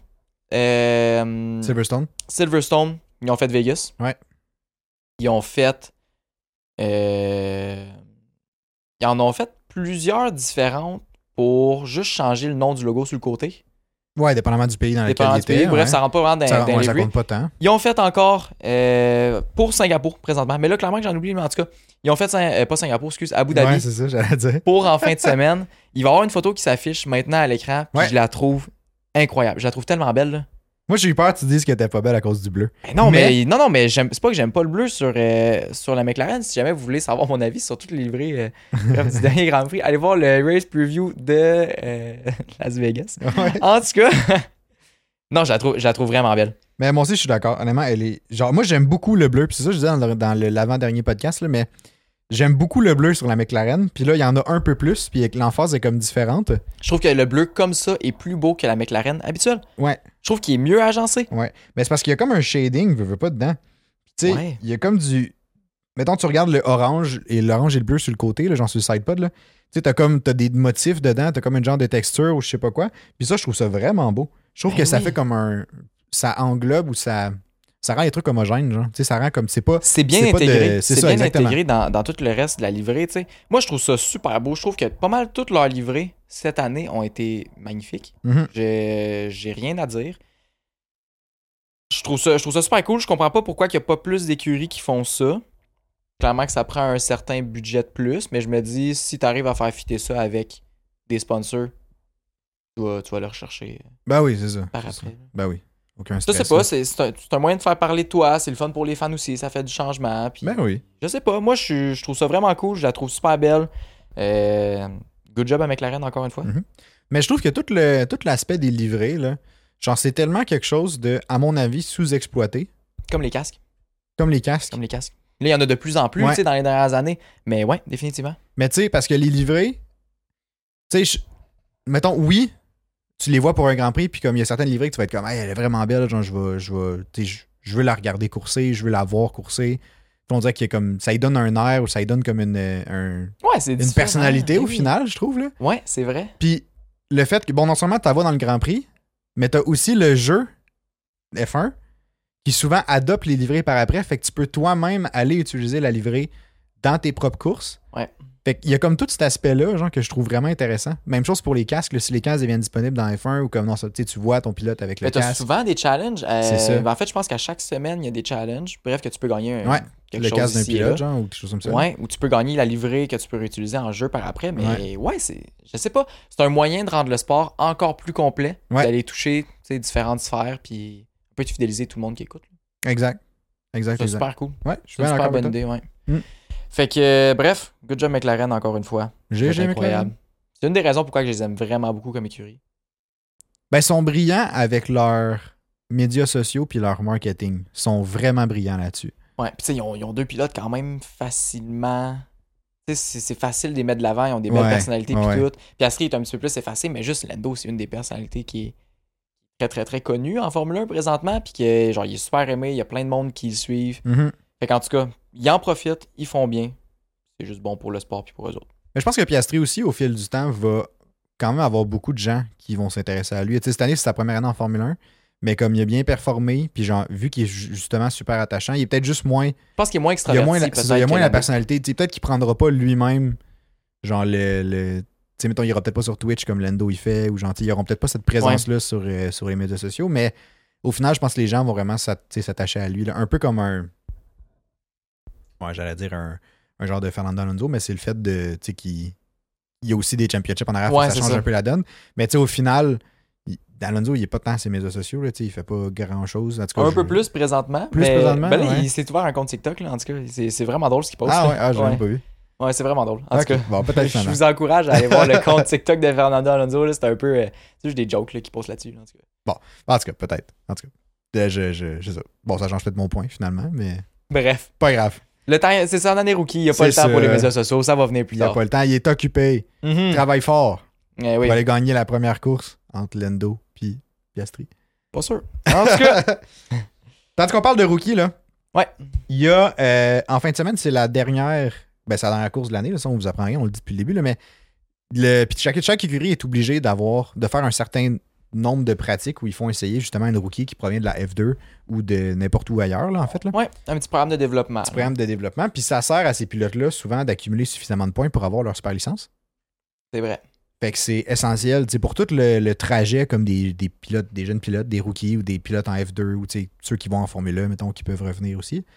A: euh,
B: Silverstone.
A: Silverstone, ils ont fait Vegas.
B: Ouais.
A: Ils ont fait. euh, ils en ont fait plusieurs différentes pour juste changer le nom du logo sur le côté.
B: Ouais, dépendamment du pays dans lequel
A: Dépendant du
B: il était.
A: pays. Bref,
B: ouais.
A: ça rentre pas vraiment dans,
B: Ça-
A: dans
B: ouais,
A: les
B: ça
A: rues.
B: compte pas tant.
A: Ils ont fait encore euh, pour Singapour présentement, mais là, clairement que j'en oublie, mais en tout cas, ils ont fait, Sing- euh, pas Singapour, excuse, Abu Dhabi
B: Ouais, c'est ça, j'allais dire.
A: pour en fin de semaine. Il va y avoir une photo qui s'affiche maintenant à l'écran, puis
B: Ouais.
A: je la trouve incroyable. Je la trouve tellement belle. là.
B: Moi, j'ai eu peur que tu dises que t'es pas belle à cause du bleu.
A: Ben non, mais,
B: Eh Mais-
A: non, non, mais j'aime- c'est pas que j'aime pas le bleu sur, euh, sur la McLaren. Si jamais vous voulez savoir mon avis sur toutes les livrées euh, bref, du dernier Grand Prix, allez voir le race preview de euh, Las Vegas.
B: Ouais.
A: En tout cas, non, je la trouve, je la trouve vraiment belle.
B: Mais moi aussi, je suis d'accord. Honnêtement, elle est. Genre, moi, j'aime beaucoup le bleu. Puis c'est ça, que je disais dans le- dans le- l'avant-dernier podcast, là, mais j'aime beaucoup le bleu sur la McLaren. Puis là, il y en a un peu plus. Puis l'emphase est comme différente.
A: Je trouve que le bleu comme ça est plus beau que la McLaren habituelle.
B: Ouais.
A: Je trouve qu'il est mieux agencé.
B: Mais c'est parce qu'il y a comme un shading, veux, veux pas dedans. Puis tu sais,
A: Ouais.
B: il y a comme du. Mettons, tu regardes le orange et l'orange et le bleu sur le côté, là, genre sur le sidepod, là. Tu sais, t'as comme t'as des motifs dedans, t'as comme une genre de texture ou je sais pas quoi. Puis ça, je trouve ça vraiment beau. Je trouve
A: Ben
B: que ça
A: oui.
B: fait comme un. Ça englobe ou ça. Ça rend les trucs homogènes, genre. Tu sais, ça rend comme. C'est pas.
A: C'est bien
B: C'est pas de-
A: intégré.
B: c'est
A: C'est
B: ça,
A: bien
B: exactement.
A: intégré dans, dans tout le reste de la livrée. tu sais. Moi, je trouve ça super beau. Je trouve que pas mal toutes leurs livrées cette année ont été magnifiques.
B: Mhm.
A: J'ai j'ai rien à dire. Je trouve, ça, je trouve ça super cool. Je comprends pas pourquoi il n'y a pas plus d'écuries qui font ça. Clairement que ça prend un certain budget de plus, mais je me dis, si tu arrives à faire fitter ça avec des sponsors, tu vas, tu vas le rechercher
B: Ben oui, c'est ça.
A: par
B: C'est ça.
A: après.
B: Ben oui. Aucun
A: Je
B: stress.
A: sais pas,
B: là.
A: c'est c'est un, c'est un moyen de faire parler de toi, c'est le fun pour les fans aussi, ça fait du changement. Puis
B: Ben oui.
A: Je sais pas, moi je, suis- je trouve ça vraiment cool, je la trouve super belle. Euh, good job à McLaren encore une fois.
B: Mm. Mais je trouve que tout le tout l'aspect des livrets, là, genre, c'est tellement quelque chose de, à mon avis, sous-exploité,
A: Comme les casques,
B: comme les casques.
A: comme les casques. Là, il y en a de plus en plus
B: Ouais.
A: tu sais, dans les dernières années, mais ouais, définitivement.
B: Mais tu sais, parce que les livrets, tu sais, je- mettons, oui, tu les vois pour un grand prix, puis comme il y a certaines livrées que tu vas être comme, Hey, elle est vraiment belle, genre, je vais, je vais, tu sais, je, je veux la regarder courser, je veux la voir courser. Puis On dirait qu'il y a comme, ça lui donne un air ou ça lui donne comme une, euh, un-
A: Ouais, c'est
B: une
A: différent.
B: personnalité
A: Eh
B: au
A: oui.
B: final, je trouve, là.
A: Ouais, c'est vrai.
B: Puis le fait que, bon, non seulement tu vois dans le Grand Prix, mais tu as aussi le jeu F1 qui souvent adopte les livrées par après. Fait que tu peux toi-même aller utiliser la livrée dans tes propres courses.
A: Ouais.
B: Fait qu'il y a comme tout cet aspect-là, genre, que je trouve vraiment intéressant. Même chose pour les casques, là, si les casques deviennent disponibles dans F1 ou comme non, ça, tu sais, tu vois ton pilote avec le
A: Mais t'as
B: casque.
A: souvent des challenges. euh,
B: C'est ça.
A: ben, en fait, je pense qu'à chaque semaine, il y a des challenges. Bref, que tu peux gagner un-
B: Ouais,
A: quelque
B: le
A: chose
B: casque d'un
A: ici et là.
B: pilote, genre, ou quelque chose comme ça.
A: Ouais, ou tu peux gagner la livrée que tu peux réutiliser en jeu par après. Mais ouais, c'est, je sais pas, c'est un moyen de rendre le sport encore plus complet,
B: Ouais.
A: d'aller toucher tu sais, différentes sphères, puis un peu de fidéliser tout le monde qui écoute.
B: Exact. Exact,
A: C'est
B: exact.
A: super cool.
B: Ouais, je suis
A: C'est une
B: bien
A: super
B: d'accord.
A: bonne
B: avec toi.
A: idée, ouais.
B: Mm.
A: Fait que, euh, bref, good job McLaren encore une fois. C'est
B: GG McLaren.
A: C'est une des raisons pourquoi je les aime vraiment beaucoup comme écurie.
B: Ben, ils sont brillants avec leurs médias sociaux puis leur marketing. Ils sont vraiment brillants là-dessus.
A: Ouais, puis tu sais, ils ont, ils ont deux pilotes quand même facilement. Tu sais, c'est- c'est facile de les mettre de l'avant, ils ont des belles
B: Ouais,
A: personnalités puis
B: ouais.
A: tout. Piastri est un petit peu plus effacé, mais juste Lando, c'est une des personnalités qui est très très très connue en Formule 1 présentement, puis que genre il est super aimé, il y a plein de monde qui le suivent.
B: Mhm.
A: Fait qu'en tout cas, ils en profitent, ils font bien. C'est juste bon pour le sport puis pour eux autres.
B: Mais je pense que Piastri aussi, au fil du temps, va quand même avoir beaucoup de gens qui vont s'intéresser à lui. Tu sais, cette année, c'est sa première année en Formule 1, mais comme il a bien performé, puis genre, vu qu'il est ju- justement super attachant, il est peut-être juste moins.
A: Je pense qu'il est moins
B: Il y
A: extraverti.
B: a moins la, c'est
A: peut-être
B: ça, il y a
A: que
B: moins la
A: Lando.
B: personnalité. Tu sais, peut-être qu'il prendra pas lui-même, genre, le. le- tu sais, mettons, il ira peut-être pas sur Twitch comme Lando il fait, ou gentil. Ils auront peut-être pas cette présence-là sur, euh, sur les médias sociaux, mais au final, je pense que les gens vont vraiment s'at- tu sais, s'attacher à lui. là. Un peu comme un. Ouais, j'allais dire un, un genre de Fernando Alonso, mais c'est le fait de. Tu sais, qu'il il y a aussi des championships en arrière, fait
A: Ouais,
B: que ça
A: c'est
B: change
A: ça.
B: un peu la donne. Mais tu sais, au final, il- Alonso, il est pas tant ses médias sociaux, là, tu sais, il fait pas grand-chose. En tout cas,
A: Un
B: je-
A: peu plus présentement.
B: Plus
A: mais-
B: présentement,
A: ben là,
B: ouais.
A: il s'est ouvert un compte TikTok, là, en tout cas. C'est c'est vraiment drôle ce qu'il poste.
B: Ah ouais, ah, je l'ai
A: Ouais.
B: même pas vu.
A: Ouais, c'est vraiment drôle. En
B: Ok,
A: tout cas.
B: bon, peut-être
A: je
B: finalement.
A: vous encourage à aller voir le compte TikTok de Fernando Alonso. là, C'est un peu. euh, c'est juste des jokes là, qui postent là-dessus. là, en tout cas.
B: En tout cas, peut-être. En tout cas, Euh, je, je, je sais. pas. Bon, ça change peut-être mon point finalement, mais
A: Bref.
B: pas grave.
A: Le temps, c'est son année rookie. Il n'y a
B: C'est
A: pas le temps
B: ça.
A: pour les médias sociaux. Ça va venir plus
B: Il n'a
A: tard.
B: pas le temps, il est occupé. Il
A: Mhm.
B: Travaille fort.
A: Eh oui,
B: Il va aller gagner la première course entre Lendo puis Piastri.
A: pas sûr.
B: En tout cas, tandis qu'on parle de rookie, là.
A: Ouais.
B: Il y a, euh, en fin de semaine, c'est la dernière. Ben, c'est la dernière course de l'année, là. Ça, on vous apprend rien, on le dit depuis le début, là. Mais le, puis chaque, chaque écurie est obligée d'avoir, de faire un certain nombre de pratiques où ils font essayer justement une rookie qui provient de la F2 ou de n'importe où ailleurs, là, en fait, là.
A: Ouais, un petit programme de développement.
B: petit programme de développement. Puis ça sert à ces pilotes-là souvent d'accumuler suffisamment de points pour avoir leur super licence.
A: C'est vrai.
B: Fait que c'est essentiel tu sais, pour tout le, le trajet comme des, des pilotes, des jeunes pilotes, des rookies ou des pilotes en F2 ou tu sais, ceux qui vont en Formule 1, mettons, qui peuvent revenir aussi. Tu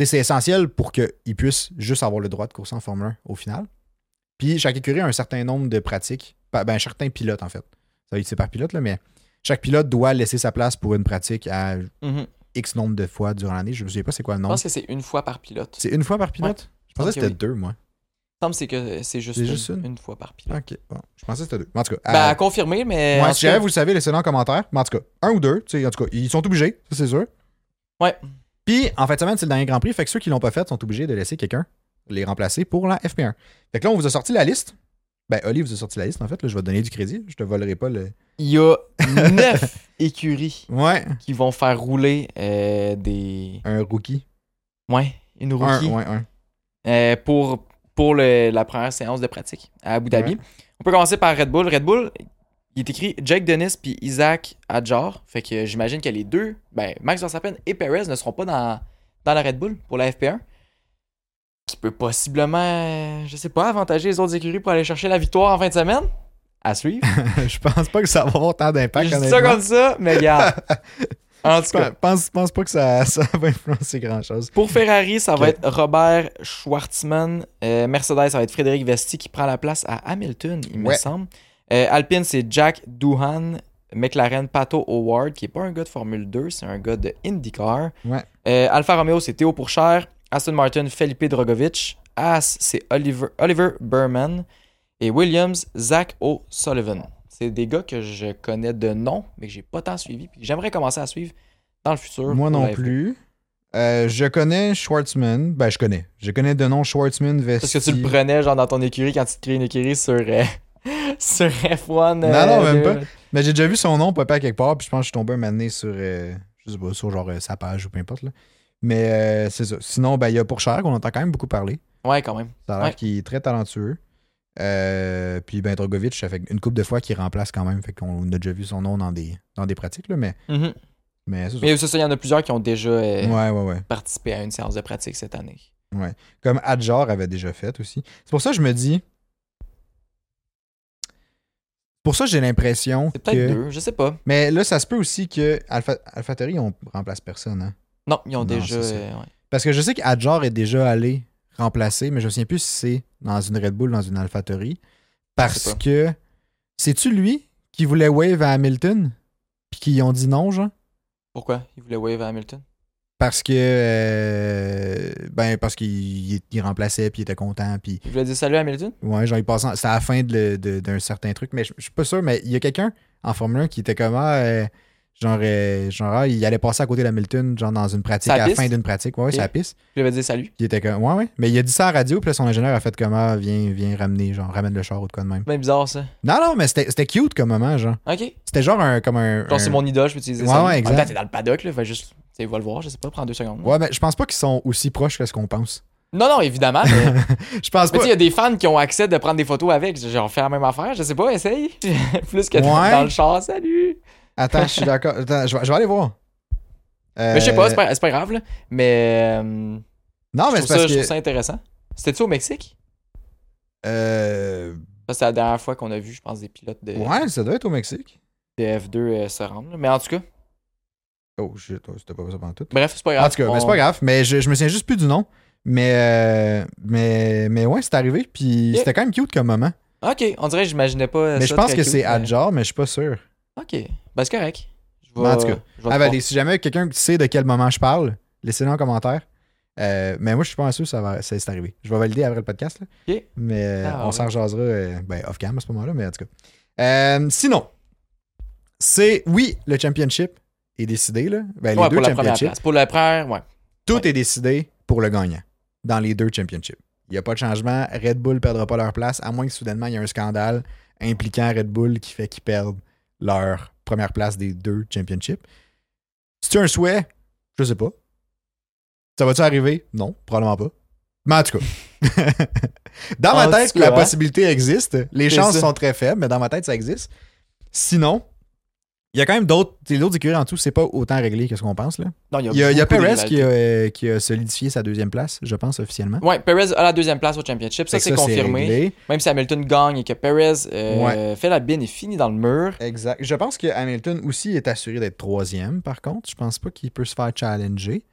B: sais, C'est essentiel pour qu'ils puissent juste avoir le droit de courser en Formule 1 au final. Puis chaque écurie a un certain nombre de pratiques, Pa- ben certains pilotes en fait. Ça va être c'est par pilote, là, mais chaque pilote doit laisser sa place pour une pratique à
A: Mhm.
B: X nombre de fois durant l'année. Je ne me souviens pas c'est quoi le
A: Je
B: nombre.
A: pense que c'est une fois par pilote.
B: C'est une fois par pilote? Je
A: pense
B: pensais que
A: que
B: c'était
A: oui.
B: deux, moi.
A: semble que c'est que c'est juste,
B: C'est
A: une,
B: juste une?
A: une fois par pilote.
B: Ok, Euh, bon. Je pensais que c'était deux. Mais En tout cas,
A: Ben,
B: à-
A: à confirmer, mais.
B: ouais,
A: en
B: si
A: tout cas-
B: jamais vous le savez, laissez-le en commentaire. Mais en tout cas, un ou deux. tu sais, En tout cas, ils sont obligés, ça c'est sûr.
A: Ouais.
B: Puis, en fin de semaine, c'est le dernier Grand Prix. Fait que ceux qui l'ont pas fait sont obligés de laisser quelqu'un les remplacer pour la FP1. Fait que là, on vous a sorti la liste. Ben, Oli vous a sorti la liste, en fait. Là, je vais te donner du crédit. Je te volerai pas le.
A: Il y a neuf écuries
B: Ouais.
A: qui vont faire rouler euh, des.
B: Un rookie.
A: Ouais, une rookie.
B: Un, ouais, un.
A: Euh, pour, pour le- la première séance de pratique à Abu Dhabi.
B: Ouais.
A: On peut commencer par Red Bull. Red Bull, il est écrit Jake Dennis puis Isaac Adjar. Fait que j'imagine que les deux, ben, Max Verstappen et Perez ne seront pas dans, dans la Red Bull pour la FP1. Qui peut possiblement, euh, je sais pas, avantager les autres écuries pour aller chercher la victoire en fin de semaine. À suivre.
B: je pense pas que ça va avoir tant d'impact.
A: je dis ça
B: honnêtement.
A: comme ça, mais regarde. en tout cas,
B: Je pense, pense pas que ça, ça va influencer grand chose.
A: Pour Ferrari, ça va
B: Ok.
A: être Robert Schwartzman. Euh, Mercedes, ça va être Frédéric Vesti qui prend la place à Hamilton, il me
B: Ouais.
A: semble. Euh, Alpine, c'est Jack Doohan. McLaren, Pato Howard, qui n'est pas un gars de Formule 2, c'est un gars de IndyCar.
B: Ouais.
A: Euh, Alfa Romeo, c'est Théo Pourchère. Aston Martin, Felipe Drogovic. As, c'est Oliver, Oliver Berman. Et Williams, Zach O'Sullivan. C'est des gars que je connais de nom, mais que j'ai pas tant suivi. puis que J'aimerais commencer à suivre dans le futur.
B: Moi
A: pour
B: non
A: la F1.
B: plus. Euh, je connais Schwartzman. Ben, je connais. Je connais de nom Schwartzman, Vesti.
A: Parce que tu le prenais genre dans ton écurie quand tu te crées une écurie sur, euh, sur euh, F1.
B: Non, non, même
A: de-
B: Mais j'ai déjà vu son nom popper à quelque part, puis je pense que je suis tombé un moment donné sur, euh, je sais pas, sur genre euh, sa page ou peu importe. Là. Mais euh, c'est ça. Sinon, ben, il y a Pourchère qu'on entend quand même beaucoup parler.
A: Ouais, quand même.
B: Ça a l'air
A: Ouais.
B: qu'il est très talentueux. Euh, puis ben Drogovic, ça fait une couple de fois qu'il remplace quand même. Fait qu'on a déjà vu son nom dans des, dans des pratiques, là, mais,
A: Mhm.
B: mais c'est ça.
A: Mais c'est ça, il y en a plusieurs qui ont déjà euh,
B: Ouais, ouais, ouais.
A: participé à une séance de pratique cette année.
B: Comme Adjar avait déjà fait aussi. C'est pour ça que je me dis. Pour ça, j'ai l'impression.
A: C'est peut-être
B: que...
A: deux, je sais pas.
B: Mais là, ça se peut aussi que Alpha, AlphaTauri, on remplace personne. hein.
A: Non, ils ont
B: Non,
A: déjà.
B: c'est ça.
A: euh, ouais.
B: Parce que je sais qu'Adjar est déjà allé remplacer, mais je ne me souviens plus si c'est dans une Red Bull, dans une AlphaTauri.
A: Je sais
B: Parce
A: pas.
B: que. C'est-tu lui qui voulait wave à Hamilton? Puis qu'ils ont dit non, genre?
A: Pourquoi Ils voulaient wave à Hamilton
B: Parce que. euh, ben, parce qu'il il- il remplaçait, puis il était content, puis.
A: Ils voulaient dire salut à Hamilton
B: Ouais, genre, il passe en- C'était à la fin de le- de- d'un certain truc, mais je je suis pas sûr, mais il y a quelqu'un en Formule 1 qui était comme. Ah, euh, genre, euh, genre ah, il allait passer à côté d'Hamilton, genre, dans une pratique,
A: Sur la
B: à la
A: piste?
B: fin d'une pratique. Ouais, ouais,
A: Ok.
B: sur la piste.
A: Ils voulaient dire salut.
B: Il était comme, ouais, ouais. Mais il a dit ça à la radio, puis là, son ingénieur a fait comme, ah, viens, viens ramener, genre, ramène le char ou de quoi de même.
A: C'est bien bizarre ça.
B: Non, non, mais c'était c'était cute comme moment, genre.
A: Ok.
B: C'était genre un, comme un.
A: Genre,
B: un-
A: c'est mon idole, je peux utiliser
B: Ouais,
A: ça.
B: ouais,
A: En même temps,
B: exact.
A: t'es dans le paddock, là. Fait juste. tu sais, va le voir, je sais pas, prends deux secondes.
B: Ouais, mais je pense pas qu'ils sont aussi proches que ce qu'on pense.
A: Non, non, évidemment. Mais, mais
B: Je pense
A: tu
B: pas.
A: sais, il y a des fans qui ont accès de prendre des photos avec. Genre, fais la même affaire, je sais pas, essaye. Plus que
B: Ouais.
A: dans le char, salut.
B: Attends, je suis d'accord. Attends, je vais, je vais aller voir. Euh,
A: Mais je sais pas, c'est pas, c'est pas grave, là. Mais. euh,
B: Non,
A: je,
B: mais c'est
A: trouve
B: parce
A: ça, je
B: que.
A: trouve ça intéressant. C'était-tu au Mexique
B: Euh,
A: Ça, c'est la dernière fois qu'on a vu, je pense, des pilotes de,
B: Ouais, ça doit être au Mexique.
A: de F2 euh, se rendre. là. Mais en tout cas,
B: Oh, shit, oh, c'était pas ça pendant tout.
A: bref, c'est pas grave.
B: En tout cas, mais c'est pas grave. Mais je, je me souviens juste plus du nom. Mais, euh, mais, mais ouais, c'est arrivé, puis
A: Yeah.
B: c'était quand même cute comme moment.
A: grave. Ok, on dirait que j'imaginais pas. euh,
B: Mais
A: ça
B: je pense
A: très
B: que
A: cute,
B: c'est
A: mais-
B: Adjar, mais je suis pas sûr.
A: Ok, ben c'est correct. Je vais-
B: Mais en tout cas,
A: je vais te
B: Ah,
A: croire.
B: ben, les- si jamais quelqu'un sait de quel moment je parle, laissez-le en commentaire. Euh, mais moi, je suis pas sûr que ça va, c'est c'est arrivé. Je vais valider après le podcast. là.
A: Ok.
B: Mais euh,
A: Ah,
B: on
A: ouais.
B: s'en jasera ben, off-cam à ce moment-là, mais en tout cas. Euh, sinon, c'est, oui, le championship est décidé. Là. Ben, les
A: Ouais,
B: deux
A: pour la première
B: championships,
A: place. Pour la première, ouais.
B: tout
A: Ouais.
B: est décidé pour le gagnant dans les deux championships. Il n'y a pas de changement. Red Bull ne perdra pas leur place, à moins que soudainement il y ait un scandale impliquant Red Bull qui fait qu'ils perdent leur première place des deux championships. Si tu as un souhait, je sais pas. Ça va-tu arriver? Non, probablement pas. Mais en tout cas, dans ma
A: En
B: tête,
A: tout cas,
B: la
A: hein.
B: possibilité existe. Les
A: C'est
B: chances
A: ça.
B: sont très faibles, mais dans ma tête, ça existe. Sinon, il y a quand même d'autres les autres écuries en dessous, c'est pas autant réglé que ce qu'on pense. Là.
A: Non, il y a,
B: Il y a, il y a
A: beaucoup
B: Perez qui
A: d'inégalités.
B: a, euh, qui a solidifié sa deuxième place, je pense, officiellement.
A: Ouais, Perez a la deuxième place au championship, ça
B: Fait que
A: c'est confirmé.
B: réglé.
A: Même si Hamilton gagne et que Perez euh,
B: Ouais.
A: fait la bine et finit dans le mur,
B: Exact. Je pense que Hamilton aussi est assuré d'être troisième, par contre. Je pense pas qu'il peut se faire challenger.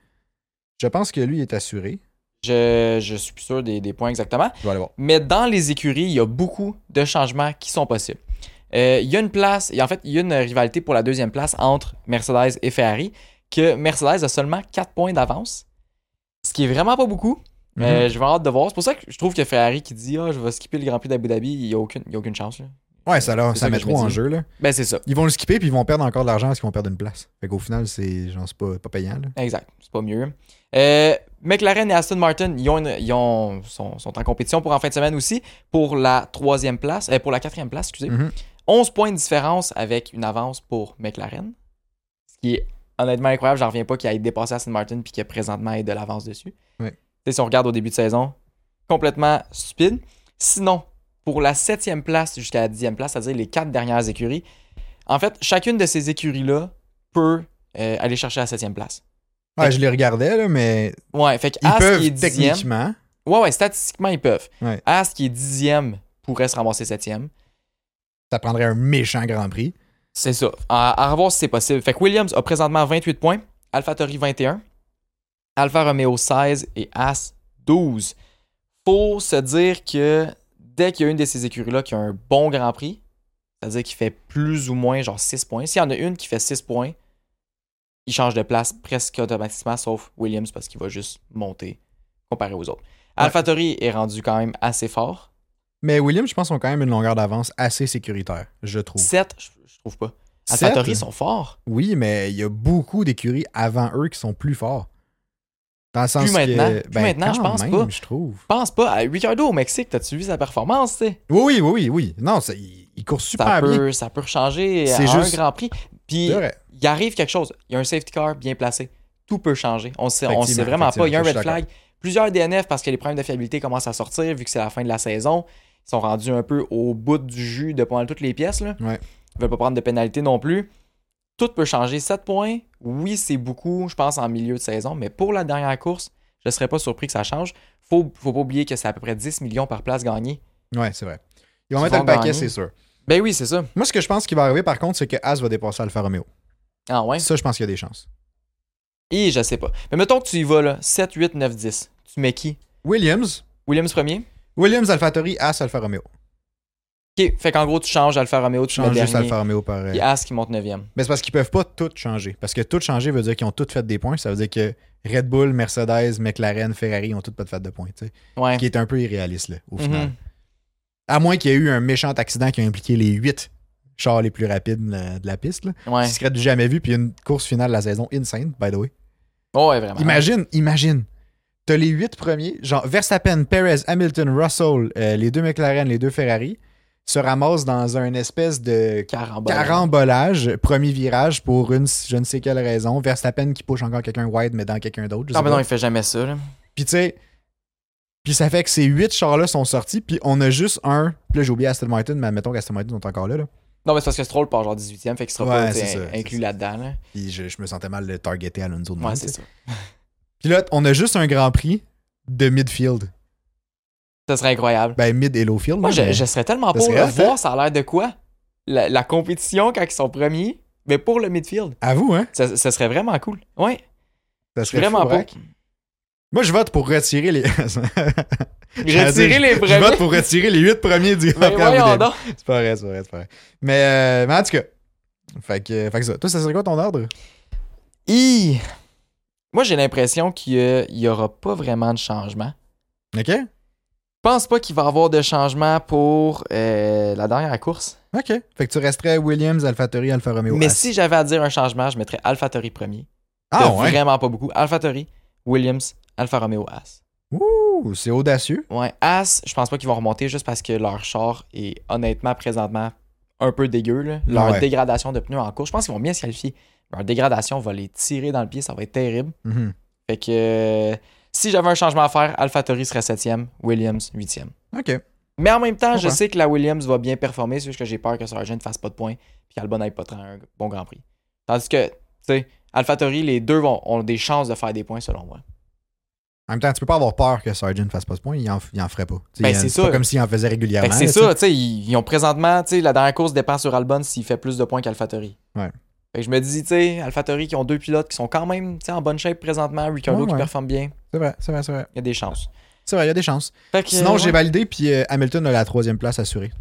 B: Je pense que lui est assuré.
A: je, je suis plus sûr des- des points exactement.
B: Je vais aller voir.
A: Mais dans les écuries, il y a beaucoup de changements qui sont possibles. Euh, il y a une place, et en fait, il y a une rivalité pour la deuxième place entre Mercedes et Ferrari, que Mercedes a seulement 4 points d'avance, ce qui est vraiment pas beaucoup.
B: Mhm.
A: Mais je vais hâte de voir. C'est pour ça que je trouve que Ferrari qui dit Ah, je vais skipper le Grand Prix d'Abu Dhabi, il n'y a, aucune- il y a aucune chance. là.
B: Ouais, ça, leur-
A: C'est
B: ça
A: ça
B: met
A: que je
B: trop
A: me
B: en
A: dis.
B: jeu. Là.
A: Ben, c'est ça.
B: Ils vont le skipper puis ils vont perdre encore de l'argent parce qu'ils vont perdre une place. Fait qu'au final, c'est genre c'est pas, pas payant. là.
A: Exact, c'est pas mieux. Euh, McLaren et Aston Martin, ils, ont une- ils ont- sont, sont en compétition pour en fin de semaine aussi, pour la troisième place, euh, pour la quatrième place, excusez.
B: Mhm.
A: 11 points de différence avec une avance pour McLaren, ce qui est honnêtement incroyable. J'en reviens pas qu'il ait dépassé Aston Martin puis que présentement il ait de l'avance dessus.
B: Ouais.
A: Tu sais, Si on regarde au début de saison, complètement stupide. Sinon, pour la septième place jusqu'à la dixième place, c'est-à-dire les quatre dernières écuries, en fait, chacune de ces écuries-là peut euh, aller chercher la septième place.
B: Ouais, je les regardais, là, mais
A: Ouais, fait que
B: ils
A: As Ah, qui est
B: peuvent
A: dixième.
B: techniquement.
A: Ouais, ouais, statistiquement, ils peuvent.
B: Ouais.
A: As qui est dixième pourrait se ramasser septième.
B: Ça prendrait un méchant Grand Prix.
A: C'est ça. À, à revoir si c'est possible. Fait que Williams a présentement 28 points, AlphaTauri 21, Alfa Romeo 16 et As 12. Faut se dire que dès qu'il y a une de ces écuries-là qui a un bon Grand Prix, c'est-à-dire qui fait plus ou moins genre 6 points, s'il y en a une qui fait 6 points, il change de place presque automatiquement, sauf Williams parce qu'il va juste monter comparé aux autres. AlphaTauri est rendu quand même assez fort.
B: Mais Williams, je pense, ont quand même une longueur d'avance assez sécuritaire, je trouve.
A: 7, je, je trouve pas.
B: Sept?
A: AlphaTauri sont forts.
B: Oui, mais il y a beaucoup d'écuries avant eux qui sont plus forts. Dans le sens
A: Plus
B: que, ben,
A: maintenant. Plus maintenant, je
B: quand
A: pense
B: même,
A: pas.
B: je trouve.
A: pense pas à Ricardo au Mexique, t'as-tu vu sa performance, tu sais?
B: Oui, oui, oui, oui, oui. Non, ça- il, il court super
A: Ça
B: bien.
A: peut, ça peut changer à
B: C'est
A: un
B: juste-
A: grand prix. Puis
B: C'est vrai.
A: il arrive quelque chose. Il y a un safety car bien placé. Tout peut changer. On sait, on sait
B: Effectivement,
A: vraiment pas. Il y a un red
B: effectivement, je suis
A: flag. Plusieurs DNF parce que les problèmes de fiabilité commencent à sortir vu que c'est la fin de la saison. Ils sont rendus un peu au bout du jus de pas mal toutes les pièces. Là.
B: Ouais.
A: Ils veulent pas prendre de pénalité non plus. Tout peut changer. 7 points, oui, c'est beaucoup, je pense, en milieu de saison, mais pour la dernière course, je serais pas surpris que ça change. Faut, faut pas oublier que c'est à peu près 10 millions par place gagnée.
B: Ouais, c'est vrai. Ils vont
A: Ils
B: mettre
A: vont
B: le paquet,
A: gagner.
B: c'est sûr.
A: Ben oui, c'est ça.
B: Moi, ce que je pense qui va arriver, par contre, c'est que As va dépasser Alfa Romeo.
A: Ah ouais?
B: Ça, je pense qu'il y a des chances.
A: Et je sais pas. Mais mettons que tu y vas là, 7, 8, 9, 10. Tu mets qui?
B: Williams,
A: Williams premier?
B: Williams, AlphaTauri, As, Alfa Romeo.
A: Ok, fait qu'en gros, tu changes Alfa Romeo, tu
B: Change
A: mets
B: juste
A: dernier.
B: Alfa Romeo par. euh,
A: Puis As qui monte 9e.
B: Mais c'est parce qu'ils peuvent pas tout changer. Parce que tout changer veut dire qu'ils ont toutes fait des points. Ça veut dire que Red Bull, Mercedes, McLaren, Ferrari ont toutes pas fait de points. tu sais.
A: Ouais.
B: Ce qui est un peu irréaliste, là, au final.
A: Mhm.
B: À moins qu'il y ait eu un méchant accident qui a impliqué les huit chars les plus rapides de la, de la piste. Là.
A: Mhm. Ouais.
B: Ce qui serait du jamais vu. Puis une course finale de la saison insane, by the way.
A: Oh, ouais, vraiment.
B: Imagine, imagine. T'as les huit premiers, genre Verstappen, Perez, Hamilton, Russell, euh, les deux McLaren, les deux Ferrari, se ramassent dans un espèce de
A: Caramba.
B: carambolage, premier virage pour une je ne sais quelle raison. Verstappen qui pousse encore quelqu'un wide, mais dans quelqu'un d'autre. je
A: Ah, ben Non, mais
B: sais pas.
A: non, il fait jamais ça. là.
B: Puis tu sais, puis ça fait que ces huit chars-là sont sortis, puis on a juste un. Puis là, j'ai oublié Aston Martin, mais admettons qu'Aston Martin sont encore là. là.
A: Non, mais c'est parce que Stroll part genre 18e, fait qu'il sera
B: Ouais,
A: pas tu sais,
B: c'est ça, c'est
A: inclus
B: ça. Mhm.
A: là-dedans. là.
B: Puis je, je me sentais mal de targeter Alonso de
A: Ouais,
B: même,
A: c'est
B: tu sais.
A: ça.
B: Puis là, on a juste un grand prix de midfield.
A: Ça serait incroyable.
B: Ben, mid et low field.
A: Moi,
B: là,
A: je,
B: mais-
A: je serais tellement
B: Ça
A: pour
B: serait
A: le
B: hot, hein?
A: voir, ça a l'air de quoi? La, la compétition quand ils sont premiers, mais pour le midfield.
B: Avoue, hein?
A: Ça, ça serait vraiment cool. Ouais, je
B: Ça
A: suis
B: serait
A: vraiment
B: fou,
A: pour.
B: braque. Moi, je vote pour retirer les. J'allais
A: Retirer
B: dire,
A: les
B: Je vote
A: premiers.
B: pour retirer les 8 premiers du
A: Ben,
B: Grand Prix Abu
A: voyons
B: Dhabi.
A: donc.
B: C'est pas vrai, c'est pas vrai, c'est pas vrai. Mais, euh, mais en tout cas. Fait que, fait que ça. Toi, ça serait quoi ton ordre?
A: Hi! Moi, j'ai l'impression qu'il n'y aura pas vraiment de changement.
B: OK?
A: Je pense pas qu'il va y avoir de changement pour euh, la dernière course.
B: OK. Fait que tu resterais Williams, AlphaTauri, Alfa Romeo.
A: Mais
B: As.
A: si j'avais à dire un changement, je mettrais AlphaTauri premier.
B: Ah
A: Il y a
B: ouais?
A: Vraiment pas beaucoup. AlphaTauri, Williams, Alfa Romeo, As.
B: Ouh, c'est audacieux.
A: Ouais, As, je pense pas qu'ils vont remonter juste parce que leur char est honnêtement présentement un peu dégueu. là. Leur
B: Ouais.
A: dégradation de pneus en course, je pense qu'ils vont bien se qualifier. Leur dégradation va les tirer dans le pied, ça va être terrible.
B: Mhm.
A: Fait que euh, si j'avais un changement à faire, AlphaTauri serait 7e, Williams 8e.
B: OK.
A: Mais en même temps, je
B: Comprends.
A: sais que la Williams va bien performer, c'est juste que j'ai peur que Sargent ne fasse pas de points puis qu'Albon n'aille pas tant un bon Grand Prix. Tandis que, tu sais, AlphaTauri, les deux vont, ont des chances de faire des points selon moi.
B: En même temps, tu peux pas avoir peur que Sargent fasse pas ce point, il en, il en ferait pas. Tu sais,
A: Ben,
B: il-
A: c'est
B: pas
A: ça.
B: comme s'il en faisait régulièrement.
A: Fait que c'est
B: là,
A: ça, tu sais, ils, ils ont présentement, tu sais, la dernière course dépend sur Albon s'il fait plus de points qu'AlphaTauri.
B: Ouais.
A: Fait que je me dis, tu sais, AlphaTauri qui ont deux pilotes qui sont quand même, tu sais, en bonne shape présentement, Ricardo
B: Ouais,
A: qui
B: ouais.
A: performe bien,
B: C'est vrai, c'est vrai, c'est vrai.
A: il y a des chances.
B: C'est vrai, il y a des chances.
A: Fait que,
B: Sinon,
A: euh,
B: j'ai
A: ouais.
B: validé, puis euh, Hamilton a la troisième place assurée.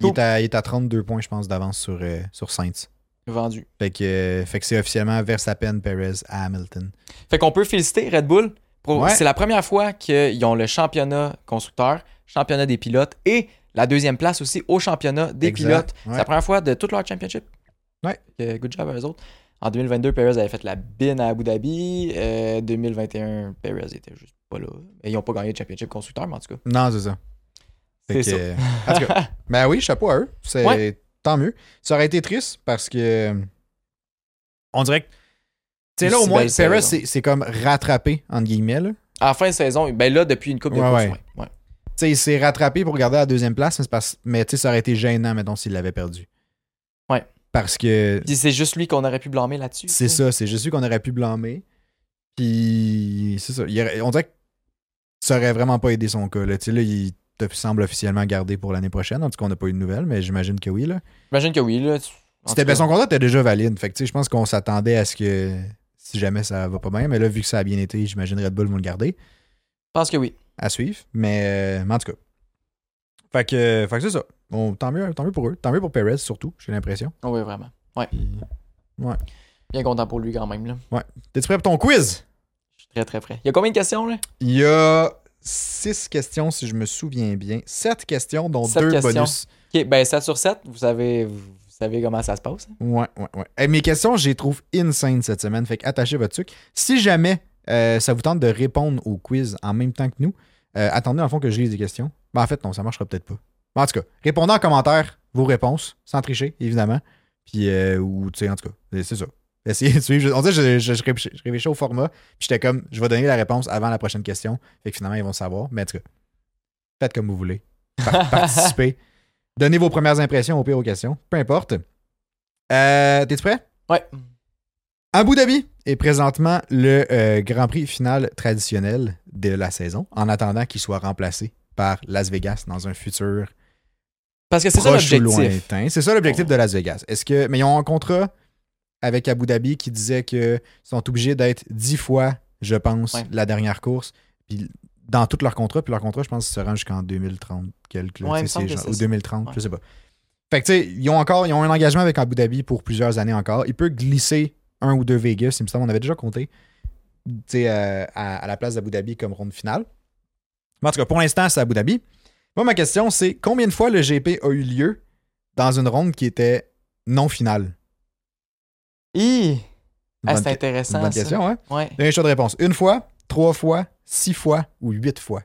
B: Il,
A: Cool.
B: est à, il est à 32 points, je pense, d'avance sur, euh, sur Sainz.
A: vendu.
B: Fait que, euh, fait que c'est officiellement Verstappen, Perez à Hamilton.
A: Fait qu'on peut féliciter Red Bull Pro-
B: Ouais.
A: C'est la première fois qu'ils ont le championnat constructeur, championnat des pilotes et la deuxième place aussi au championnat des
B: Exact,
A: pilotes.
B: ouais.
A: C'est la première fois de toute leur championship.
B: Ouais.
A: Euh, good job à eux autres. En 2022, Perez avait fait la bin à Abu Dhabi. Euh, 2021, Perez était juste pas là. Et ils n'ont pas gagné le championship constructeur, mais en tout cas.
B: Non, c'est ça. Fait
A: C'est
B: que- en tout cas, ben oui, chapeau à eux. C'est
A: Ouais.
B: tant mieux. Ça aurait été triste parce que on dirait que tu sais là au
A: Si
B: moins
A: belle
B: Perez
A: saison.
B: c'est c'est comme rattrapé entre guillemets là.
A: En fin de saison, ben là, depuis une coupe de
B: Ouais,
A: courses,
B: ouais.
A: ouais. Ouais.
B: Tu sais, il s'est rattrapé pour garder la deuxième place mais c'est parce mais tu sais ça aurait été gênant mettons s'il l'avait perdu.
A: Ouais.
B: Parce que
A: Puis c'est juste lui qu'on aurait pu blâmer là-dessus.
B: C'est ça, c'est juste lui qu'on aurait pu blâmer. Puis, c'est ça. il aurait- on dirait que ça aurait vraiment pas aidé son cas. Là. Tu sais, là, il te semble officiellement gardé pour l'année prochaine. En tout cas, on n'a pas eu de nouvelles, mais j'imagine que oui. Là.
A: J'imagine que oui. Là, tu- en
B: C'était,
A: tout cas,
B: ben, son contrat était déjà valide. Fait que, tu sais, je pense qu'on s'attendait à ce que si jamais ça va pas bien, mais là, vu que ça a bien été, j'imagine Red Bull vont le garder
A: Je pense que oui.
B: à suivre. Mais, euh, mais en tout cas. Fait que, fait que c'est ça. Bon, tant, mieux, tant mieux pour eux. Tant mieux pour Perez, surtout, j'ai l'impression.
A: Ah Oui, vraiment.
B: Puis-
A: Mm. Bien content pour lui quand même. Là.
B: T'es-tu prêt pour ton quiz?
A: Je suis très très prêt. Il y a combien de questions là?
B: Il y a six questions, si je me souviens bien. Sept questions, dont
A: Sept
B: deux
A: questions.
B: bonus.
A: Ok, ben 7 sur 7, vous savez, vous savez comment ça se passe. hein?
B: Ouais, ouais, ouais. Eh, mes questions, je les trouve insane cette semaine. Fait que attachez votre sucre. Si jamais euh, ça vous tente de répondre au quiz en même temps que nous, euh, attendez en fond que je lise des questions. Ben, en fait, non, ça marchera peut-être pas. Mais en tout cas, répondez en commentaire vos réponses, sans tricher, évidemment. Puis, euh, ou, tu sais, en tout cas, c'est c'est ça. Essayez de suivre. On dirait que je, je, je réfléchis- je réfléchis au format, puis j'étais comme, je vais donner la réponse avant la prochaine question. Fait que finalement, ils vont le savoir. Mais en tout cas, faites comme vous voulez. Par- participez. Donnez vos premières impressions au pire aux questions. Peu importe. Euh, T'es-tu prêt?
A: Ouais.
B: Abu Dhabi est présentement le euh, Grand Prix final traditionnel de la saison, en attendant qu'il soit remplacé par Las Vegas dans un futur
A: Parce que c'est ça
B: proche ou
A: l'objectif. Oh.
B: lointain. C'est ça l'objectif de Las Vegas. Est-ce que mais ils ont un contrat avec Abu Dhabi qui disait que ils sont obligés d'être dix fois, je pense,
A: Ouais.
B: la dernière course, puis dans tout leur contrat, puis leur contrat, je pense, se rend jusqu'en 2030 quelque
A: Ouais, il me
B: tu sais,
A: semble
B: c'est
A: que
B: genre-
A: c'est
B: ou
A: ça.
B: 2030, je
A: Ouais.
B: sais pas. Fait que tu sais, ils ont encore, ils ont un engagement avec Abu Dhabi pour plusieurs années encore. Il peut glisser un ou deux Vegas, il me semble, on avait déjà compté, tu sais, euh, à, à la place d'Abu Dhabi comme ronde finale. Mais en tout cas, pour l'instant, c'est Abu Dhabi. Moi, ma question, c'est combien de fois le GP a eu lieu dans une ronde qui était non finale?
A: Hi!
B: Une
A: Ah,
B: bonne
A: c'est
B: que- une
A: intéressant.
B: bonne
A: ça.
B: question, hein?
A: Ouais.
B: Dernier choix de réponse. Une fois, trois fois, six fois ou huit fois?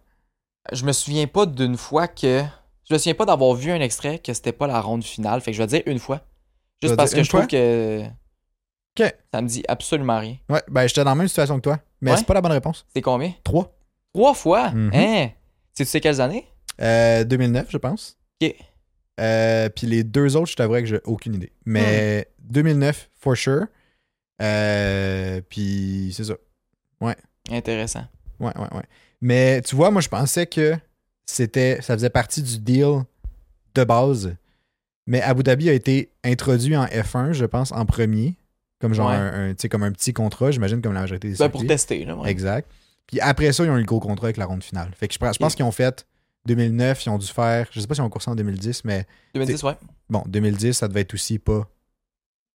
A: Je me souviens pas d'une fois que. Je me souviens pas d'avoir vu un extrait que c'était pas la ronde finale. Fait que je vais dire une fois.
B: Tu vas
A: Juste parce
B: dire
A: que
B: une
A: je
B: fois?
A: trouve que.
B: Ok.
A: Ça me dit absolument rien.
B: Ouais, ben j'étais dans la même situation que toi, mais
A: Ouais?
B: c'est pas la bonne réponse.
A: C'est combien?
B: Trois.
A: Trois fois?
B: Mhm.
A: Hein? Tu sais quelles années?
B: Euh, 2009, je pense.
A: Ok.
B: Euh, Puis les deux autres, je t'avouerais que j'ai aucune idée. Mais
A: Hmm.
B: 2009, for sure. Euh, Puis c'est ça.
A: Intéressant.
B: Ouais, ouais, ouais. Mais tu vois, moi, je pensais que c'était, ça faisait partie du deal de base. Mais Abu Dhabi a été introduit en F1, je pense, en premier. Comme genre
A: Ouais.
B: un, un- tu sais, comme un petit contrat, j'imagine, comme la majorité des
A: Ben, pour
B: circuits.
A: tester, là. ouais.
B: Exact. Puis après ça, ils ont eu le gros contrat avec la ronde finale. Fait que je, pense- je pense
A: Ok.
B: qu'ils ont fait 2009, ils ont dû faire, je sais pas si on coursé en 2010, mais
A: 2010, ouais.
B: Bon, 2010, ça devait être aussi pas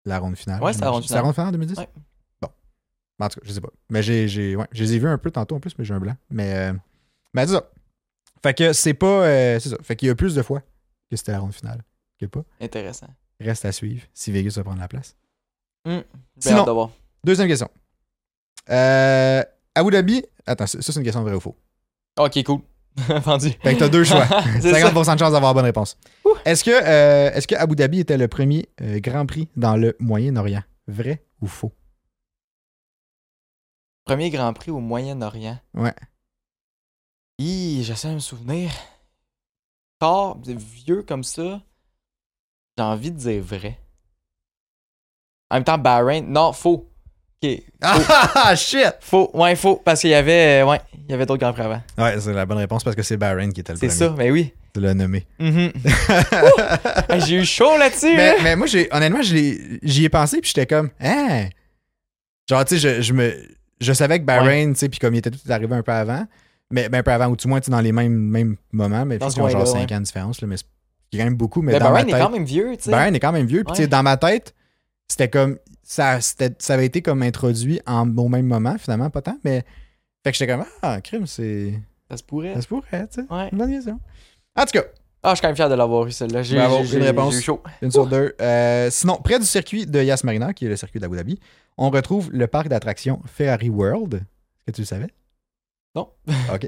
B: la ronde finale.
A: Ouais, c'est la ronde
B: C'est la ronde finale en 2010?
A: Ouais.
B: Bon. En tout cas, je sais pas. Mais j'ai, j'ai, ouais, je les ai vus un peu tantôt en plus, mais j'ai un blanc. Mais, euh, mais c'est ça. Fait que c'est pas. euh, c'est ça. Fait qu'il y a plus de fois que c'était la ronde finale que pas.
A: Intéressant.
B: Reste à suivre si Vegas va prendre la place.
A: J'ai
B: Sinon-
A: hâte de voir.
B: Deuxième question. Euh, Abu Dhabi. Attends, ça, ça, c'est une question vraie ou faux.
A: Ok, cool. Vendu.
B: Fait que t'as deux choix.
A: C'est ça.
B: 50% de chance d'avoir la bonne réponse.
A: Ouh.
B: Est-ce que, euh, est-ce que Abu Dhabi était le premier euh, Grand Prix dans le Moyen-Orient? Vrai ou faux?
A: Premier Grand Prix au Moyen-Orient.
B: Ouais.
A: Hi, j'essaie de me souvenir. Tard, vieux comme ça, j'ai envie de dire vrai. En même temps, Bahreïn, non, faux. Ok,
B: Ah shit!
A: faux, ouais, faux, parce qu'il y avait, euh, ouais, il y avait d'autres Grands Prix avant.
B: Ouais, c'est la bonne réponse parce que c'est Bahreïn qui était le
A: C'est
B: premier.
A: ça, mais oui.
B: Tu l'as nommé.
A: Mhm. Hey, j'ai eu chaud là-dessus.
B: mais,
A: hein.
B: mais moi, j'ai, honnêtement, je l'ai- j'y ai pensé puis j'étais comme, hein? Genre, tu sais, je, je me, je savais que Bahreïn, tu sais, puis comme il était tout arrivé un peu avant, mais ben, un peu avant, ou du moins, tu sais, dans les mêmes, mêmes moments, mais
A: Dans ce
B: ils ont genre
A: coin-là,
B: 5 ans de différence, là, mais c'est c'est quand même beaucoup. Mais,
A: Mais
B: dans ma
A: Bahreïn Ben, est
B: tête- Ben.
A: quand même vieux, tu sais.
B: Bayern est quand même vieux. Puis, tu sais,
A: Ouais.
B: dans ma tête, c'était comme. Ça, c'était- ça avait été comme introduit en, au même moment, finalement, pas tant. Mais Fait que j'étais comme, ah, crime, c'est.
A: Ça se pourrait.
B: Ça se pourrait, tu sais.
A: Ouais.
B: Une bonne question. En tout cas,
A: Ah, je suis quand même fier de l'avoir eu celle-là. J'ai
B: Bravo,
A: j'ai-
B: Ben, une
A: j'ai-
B: réponse.
A: j'ai eu chaud.
B: une sur deux. Euh, sinon, près du circuit de Yas Marina, qui est le circuit d'Abu Dhabi, on retrouve le parc d'attractions Ferrari World. Est-ce que tu le savais?
A: Non.
B: OK.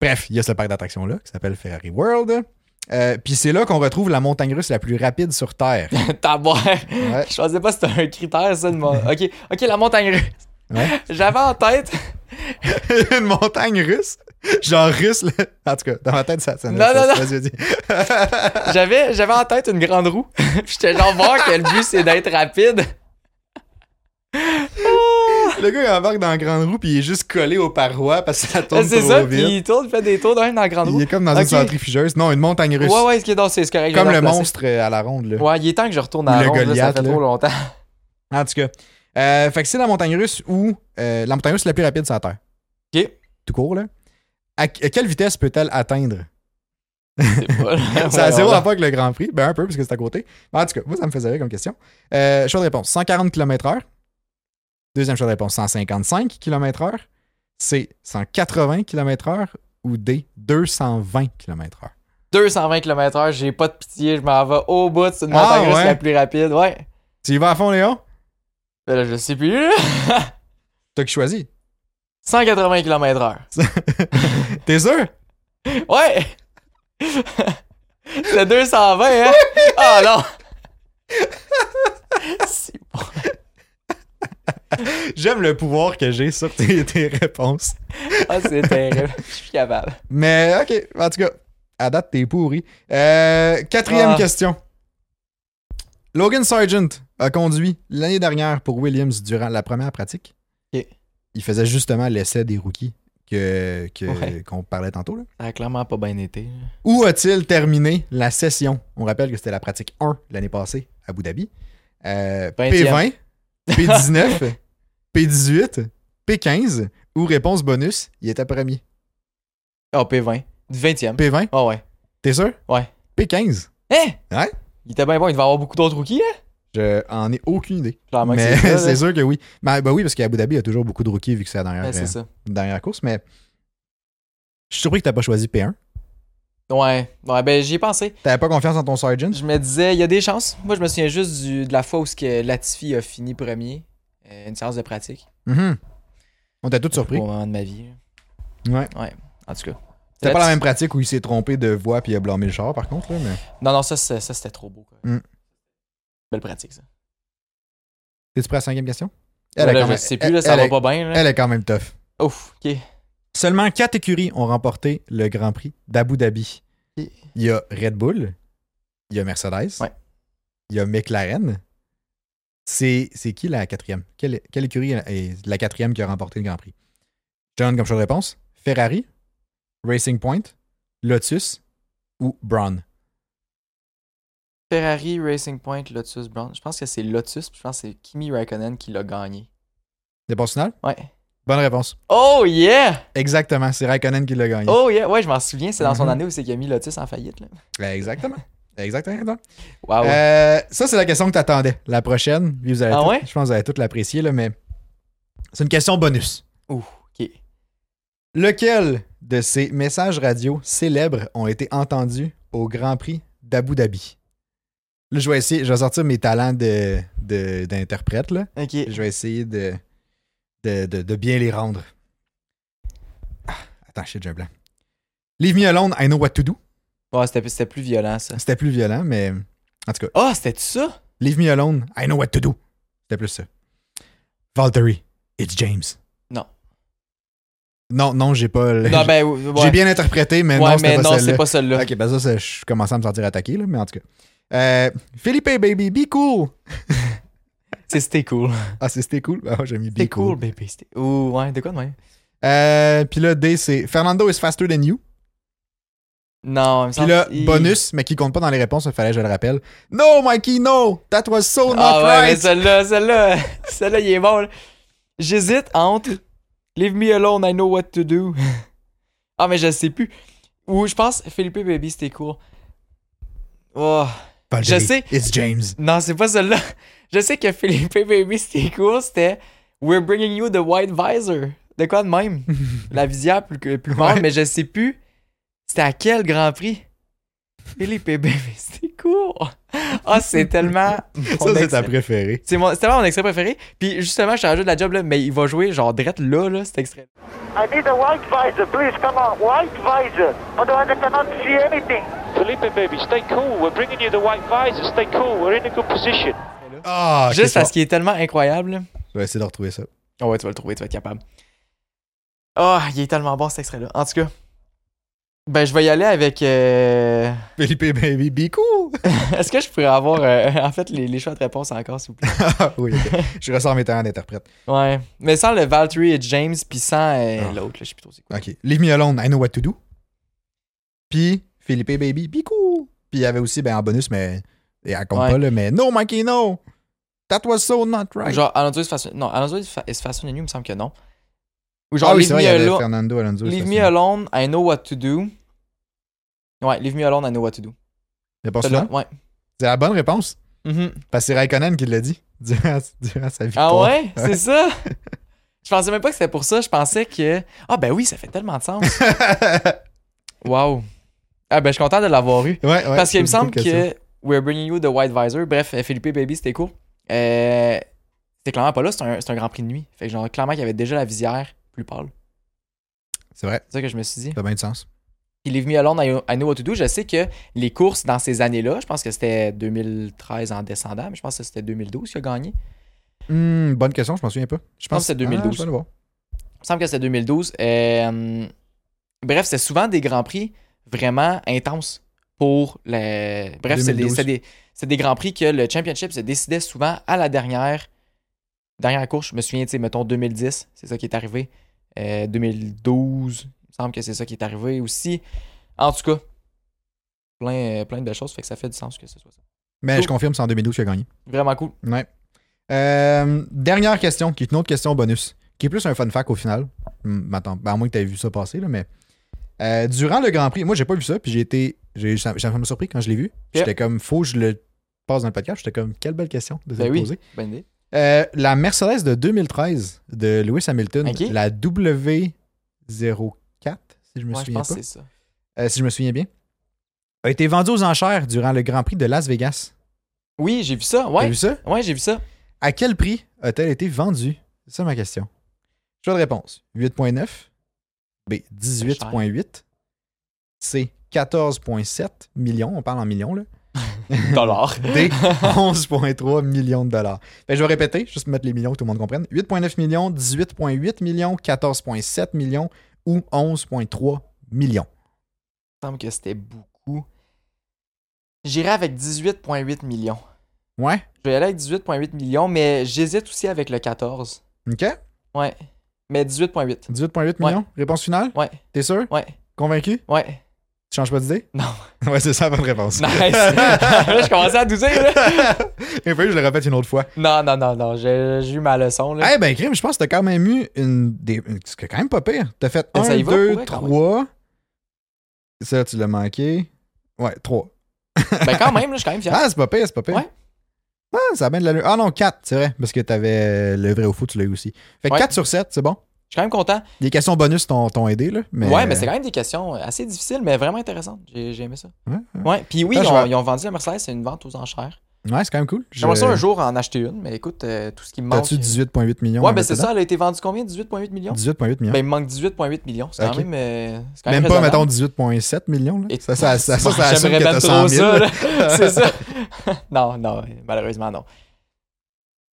B: Bref, il y a ce parc d'attractions-là qui s'appelle Ferrari World. Euh, Puis c'est là qu'on retrouve la montagne russe la plus rapide sur Terre.
A: T'as boire.
B: Ouais.
A: Je pensais pas que c'était un critère, ça, de mon... Ok, ok, la montagne russe.
B: Ouais.
A: J'avais en tête.
B: une montagne russe? Genre russe, là. En tout cas, dans ma tête, ça sonne.
A: Non, non, non.
B: non.
A: J'avais, j'avais en tête une grande roue. J'étais genre voir que le but c'est d'être rapide.
B: Le gars, il embarque dans la grande roue, puis il est juste collé aux parois parce que ça tourne
A: C'est
B: trop
A: ça,
B: vite.
A: puis il tourne, il fait des tours d'un dans la grande
B: Il
A: roue.
B: est comme dans
A: Ok.
B: une centrifugeuse. Non, une montagne russe.
A: Ouais, ouais, c'est, donc, c'est c'est correct. je
B: comme
A: vais la
B: le
A: replacer.
B: monstre euh, à la ronde, là.
A: Ouais, il est temps que je retourne
B: Ou
A: à
B: le
A: la ronde, là, ça
B: Goliath,
A: fait
B: là.
A: trop longtemps.
B: En tout cas. Euh, fait que c'est la montagne russe ou euh, la montagne russe la plus rapide sur la Terre.
A: Ok.
B: Tout court, là. À, à quelle vitesse peut-elle atteindre?
A: C'est pas-
B: Ça a
A: Ouais,
B: zéro
A: ouais.
B: rapport avec le Grand Prix. Ben, un peu, parce que c'est à côté. Mais en tout cas, moi, ça me faisait rire comme question. Euh, choix de réponse 140 km/h. Deuxième choix de réponse 155 km/h. C'est 180 km/h ou D 220 km/h.
A: 220 km/h, j'ai pas de pitié, je m'en vais au bout, c'est une
B: Ah,
A: montagne russe
B: ouais.
A: la plus rapide, ouais.
B: Tu y vas à fond, Léon?
A: Ben là, je sais plus, là.
B: T'as qui choisi?
A: 180 km/h.
B: T'es sûr?
A: Ouais! C'est 220, hein? Ah non! C'est bon.
B: J'aime le pouvoir que j'ai sur tes, tes réponses.
A: Ah, c'est terrible. Je suis capable.
B: Mais ok, en tout cas, à date, t'es pourri. Euh, quatrième
A: Ah.
B: question. Logan Sargent a conduit l'année dernière pour Williams durant la première pratique.
A: Ok.
B: Il faisait justement l'essai des rookies que, que-
A: Ouais.
B: qu'on parlait tantôt. là.
A: Ça a clairement pas bien été. là.
B: Où a-t-il terminé la session? On rappelle que c'était la pratique 1 l'année passée à Abu Dhabi. Euh, P20,
A: Vingtième.
B: P19, P18, P15 ou réponse bonus, il était premier.
A: Ah, P20. Du 20e.
B: P20,
A: Ah ouais.
B: t'es sûr?
A: Ouais.
B: P15.
A: Hein?
B: Ouais.
A: Il était bien bon, il devait avoir beaucoup d'autres rookies, hein?
B: Je en ai aucune idée.
A: Clairement que
B: Mais
A: Ah, c'est ça,
B: c'est
A: là.
B: sûr que oui. Ben, ben oui, parce qu'Abu Dhabi, il y a toujours beaucoup de rookies vu que c'est la dernière,
A: Ouais,
B: euh,
A: Ben, c'est ça.
B: dernière course. Mais je suis surpris que t'as pas choisi P1.
A: Ouais. Ouais, ben j'y ai pensé.
B: T'avais pas confiance en ton Sergeant.
A: Je me disais, il y a des chances. Moi, je me souviens juste du- de la fois où ce que Latifi a fini premier. euh, une séance de pratique.
B: Mhm. On t'a tous surpris.
A: Au moment de ma vie. là.
B: Ouais.
A: En tout cas.
B: C'était pas la même pratique où il s'est trompé de voie puis il a blâmé le char, par contre. là, mais...
A: Non, non, ça, c'est- ça, c'était trop beau. quoi.
B: Mm.
A: Belle pratique, ça.
B: T'es-tu prêt à la cinquième question?
A: Là,
B: est quand
A: je
B: même-
A: sais plus, là, ça
B: elle
A: va
B: est-
A: pas bien. là.
B: Elle est quand même tough.
A: Ouf, ok.
B: Seulement quatre écuries ont remporté le Grand Prix d'Abu Dhabi.
A: Ok.
B: Il y a Red Bull, il y a Mercedes,
A: Ouais.
B: il y a McLaren. C'est c'est qui la quatrième? Quelle, quelle écurie est la quatrième qui a remporté le Grand Prix? Je te donne comme choix de réponse. Ferrari, Racing Point, Lotus ou Braun?
A: Ferrari, Racing Point, Lotus, Brown. Je pense que c'est Lotus, puis je pense que c'est Kimi Raikkonen qui l'a gagné.
B: Dépense finale?
A: Ouais.
B: Bonne réponse.
A: Oh yeah!
B: Exactement, c'est Raikkonen qui l'a gagné.
A: Oh yeah! Ouais, je m'en souviens, c'est dans son
B: Mhm.
A: année où c'est qu'il a mis Lotus en faillite. Là.
B: Exactement. Exactement.
A: Wow.
B: Euh, ça, c'est la question que t'attendais. La prochaine, puis vous allez
A: Ah
B: tout-
A: ouais?
B: je pense que vous allez toutes l'apprécier, là, mais c'est une question bonus.
A: Ouh, ok.
B: Lequel de ces messages radio célèbres ont été entendus au Grand Prix d'Abu Dhabi? Là, je vais essayer, je vais sortir mes talents de- de- d'interprète, là.
A: Ok.
B: Je vais essayer de, de, de- de bien les rendre. Ah, attends, j'ai déjà un blanc. Leave me alone, I know what to do.
A: Ouais, c'était c'était plus violent, ça.
B: C'était plus violent, mais en tout cas,
A: Ah, c'était ça?
B: Leave me alone. I know what to do. C'était plus ça. Valtteri, it's James.
A: Non.
B: Non, non, j'ai pas. le-
A: Non, ben, ouais.
B: J'ai bien interprété, mais
A: ouais,
B: non,
A: mais
B: c'était
A: non,
B: pas
A: c'est
B: celle-là.
A: pas celle-là.
B: Ok, ben ça, c'est- je commençais à me sentir attaqué, là, mais en tout cas. Euh, Philippe, baby, be cool.
A: C'est- C'était cool.
B: Ah, c'est- c'était cool. Ah, j'ai mis be
A: C'était cool,
B: cool.
A: baby. c'était- Ouh, ouais, de quoi de même?
B: Euh, Puis là, D, c'est Fernando is faster than you.
A: Non, il me
B: Puis
A: semble.
B: là,
A: il-
B: bonus, mais qui compte pas dans les réponses, il fallait que je le rappelle. No, Mikey, no. That was so not
A: Ah ouais, mais
B: right.
A: celle-là, celle-là, celle-là, il est bon. là. J'hésite entre Leave me alone, I know what to do. ah, mais je sais plus. Ou je pense Philippe Baby, c'était cool. Oh.
B: Valtteri,
A: je sais.
B: It's James.
A: Non, c'est pas celle-là. Je sais que Philippe Baby, c'était cool, c'était We're bringing you the white visor. de quoi de même. la visière plus, que- plus morte,
B: Ouais.
A: mais je sais plus c'était à quel Grand Prix. Philippe et bébé, c'était court. Ah, c'est tellement. mon
B: Ça, c'est ta
A: extrait.
B: préférée.
A: C'est mon- c'est tellement mon extrait préféré. Puis justement, je te rajoute de la job, là, mais il va jouer genre drette là, là, cet extrait.
C: I need a white visor, please, come on, white visor. Otherwise I cannot see anything.
D: Felipe, baby, stay cool. We're bringing you the white visor. Stay cool. We're in a good position.
B: Ah, ok,
A: Juste
B: je vais-
A: parce qu'il est tellement incroyable. là.
B: Je vais essayer de retrouver ça.
A: Ah ouais, tu vas le trouver, tu vas être capable. Ah, il est tellement bon cet extrait-là. En tout cas, ben je vais y aller avec. euh,
B: Philippe et Baby, be cool!
A: Est-ce que je pourrais avoir euh, en fait les, les choix de réponse encore, s'il vous plaît?
B: Ah, oui, ok. je ressors mes talents d'interprète.
A: Ouais. Mais sans le Valtteri et James, puis sans euh,
B: Ah.
A: l'autre, là, je sais plus trop c'est quoi.
B: Ok. Leave me alone, I know what to do. Puis, Philippe et Baby, be cool! Puis, il y avait aussi, ben, en bonus, mais. Et elle compte
A: Ouais.
B: pas, là, mais No, Mikey, no! That was so not right!
A: Genre Alonso is façon... Non, Alonso is, fa- is façon il me semble que non. Ou genre
B: ah oui,
A: Leave,
B: c'est vrai, il
A: me
B: y avait
A: Alo-
B: Fernando Alonso.
A: Leave
B: c'est
A: me
B: ça.
A: alone, I know what to do. Ouais, Leave me alone, I know what to do.
B: Réponse
A: Celle-là,
B: là?
A: ouais.
B: C'est la bonne réponse.
A: Mhm.
B: Parce que c'est Raikkonen qui l'a dit durant, durant sa victoire.
A: Ah ouais? C'est ça? Je pensais même pas que c'était pour ça. Je pensais que. Ah ben oui, ça fait tellement de sens. Wow. Ah ben je suis content de l'avoir eu.
B: ouais, ouais,
A: Parce qu'il me
B: c'est une
A: semble
B: bonne question.
A: que We're Bringing You the White Visor. Bref, euh, Philippe Baby, c'était cool. Euh, c'était clairement pas là, c'est un, c'est un grand prix de nuit. Fait que genre, clairement qu'il y avait déjà la visière plus pâle.
B: C'est vrai,
A: C'est ça que je me suis dit.
B: ça a bien du sens.
A: Puis Leave Me Alone, I, I Know What To Do. Je sais que les courses dans ces années-là, je pense que c'était 2013 en descendant, mais je pense que c'était 2012 qu'il a gagné.
B: Hmm, bonne question, je m'en souviens pas. Je
A: pense
B: pense
A: que c'est 2012.
B: Ah, je vais le voir.
A: Il me semble que c'était 2012. Euh, bref, c'est souvent des grands prix vraiment intenses pour les. Bref, c'est des,
B: 2012.
A: c'est des- c'est des grands prix que le championship se décidait souvent à la dernière dernière course. Je me souviens, tu sais, mettons 2010, c'est ça qui est arrivé. Euh, 2012, il me semble que c'est ça qui est arrivé aussi. En tout cas, plein, euh, plein de belles choses, fait que ça fait du sens que ce soit ça.
B: Mais
A: Cool.
B: je confirme, c'est en 2012 qu'il a gagné.
A: Vraiment cool.
B: Ouais. Euh, dernière question, qui est une autre question bonus, qui est plus un fun fact au final. Hmm, M'attends, ben, à moins que tu aies vu ça passer, là, mais. euh, durant le Grand Prix, moi j'ai pas vu ça, puis j'ai été. J'ai ça- ça m'a surpris quand je l'ai vu. J'étais comme, faut que je le passe dans le podcast. J'étais comme, quelle belle question de te
A: Ben oui,
B: poser.
A: bonne idée.
B: Euh, la Mercedes de 2013 de Lewis Hamilton,
A: Ok.
B: la W04, si je me
A: Ouais, je
B: souviens
A: pense
B: pas.
A: que c'est ça.
B: Euh, si je me souviens bien, a été vendue aux enchères durant le Grand Prix de Las Vegas.
A: Oui, j'ai vu ça.
B: T'as
A: Ouais,
B: vu ça?
A: ouais j'ai vu ça.
B: À quel prix a-t-elle été vendue? C'est ça ma question. Choix de réponse. 8.9. B. 18.8. C. 14.7 millions. On parle en millions, là.
A: Dollar.
B: D. 11.3 millions de dollars. Fait que je vais répéter, juste pour mettre les millions que tout le monde comprenne. 8.9 millions, 18.8 millions, 14.7 millions ou 11.3 millions.
A: Il me semble que c'était beaucoup. J'irai avec 18,8 millions.
B: Ouais?
A: Je vais aller avec 18,8 millions, mais j'hésite aussi avec le 14.
B: OK?
A: Ouais. Mais 18,8.
B: 18.8 millions? Réponse finale?
A: Ouais,
B: T'es sûr?
A: ouais,
B: Convaincu?
A: ouais.
B: Tu changes pas d'idée?
A: Non.
B: Ouais, c'est ça la bonne réponse.
A: Nice. là, je commençais à douter, là.
B: Et puis, je le répète une autre fois.
A: Non, non, non, non. J'ai j'ai eu ma leçon,
B: Eh
A: là.
B: ben, Crime, je pense que t'as quand même eu une. Des... C'est quand même pas pire. T'as fait
A: Mais Ben, ça
B: 1,
A: y va, pour
B: 2,
A: vrai, quand
B: 3. Ça, tu l'as manqué. Ouais, 3.
A: Ben, quand même, là, je suis quand même fier.
B: Ah, c'est pas pire, c'est pas pire.
A: Ouais.
B: Ah, ça a bien de l'allure. Ah non, 4, c'est vrai, parce que t'avais euh, le vrai au foot, tu l'as eu aussi. Fait que
A: Ouais.
B: 4 sur 7, c'est bon.
A: Je suis quand même content.
B: Les questions bonus t'ont t'ont aidé, là. Mais...
A: Ouais, mais c'est quand même des questions assez difficiles, mais vraiment intéressantes. J'ai j'ai aimé ça.
B: Ouais,
A: Ouais. Puis oui,
B: Ah,
A: ils
B: je
A: ont,
B: vais-
A: ils ont vendu la Mercedes, c'est une vente aux enchères.
B: Ouais, c'est quand même cool.
A: J'aimerais ça un jour en acheter une, mais écoute, euh, tout ce qui me manque.
B: T'as-tu 18,8 millions?
A: Ouais,
B: à
A: ben
B: mettre
A: c'est
B: dedans?
A: ça, elle a été vendue combien 18,8 millions
B: 18,8 millions.
A: Ben, il me manque 18,8 millions. C'est quand
B: Ok.
A: même. euh, c'est quand
B: même
A: même
B: pas,
A: raisonnable.
B: mettons, 18,7 millions. Là.
A: Et-
B: Ça, ça, ça, ça, ça
A: Ouais,
B: assume
A: J'aimerais
B: que
A: bien
B: t'as 100
A: trop
B: 000.
A: ça,
B: là.
A: là. C'est ça. Non, non, malheureusement, non.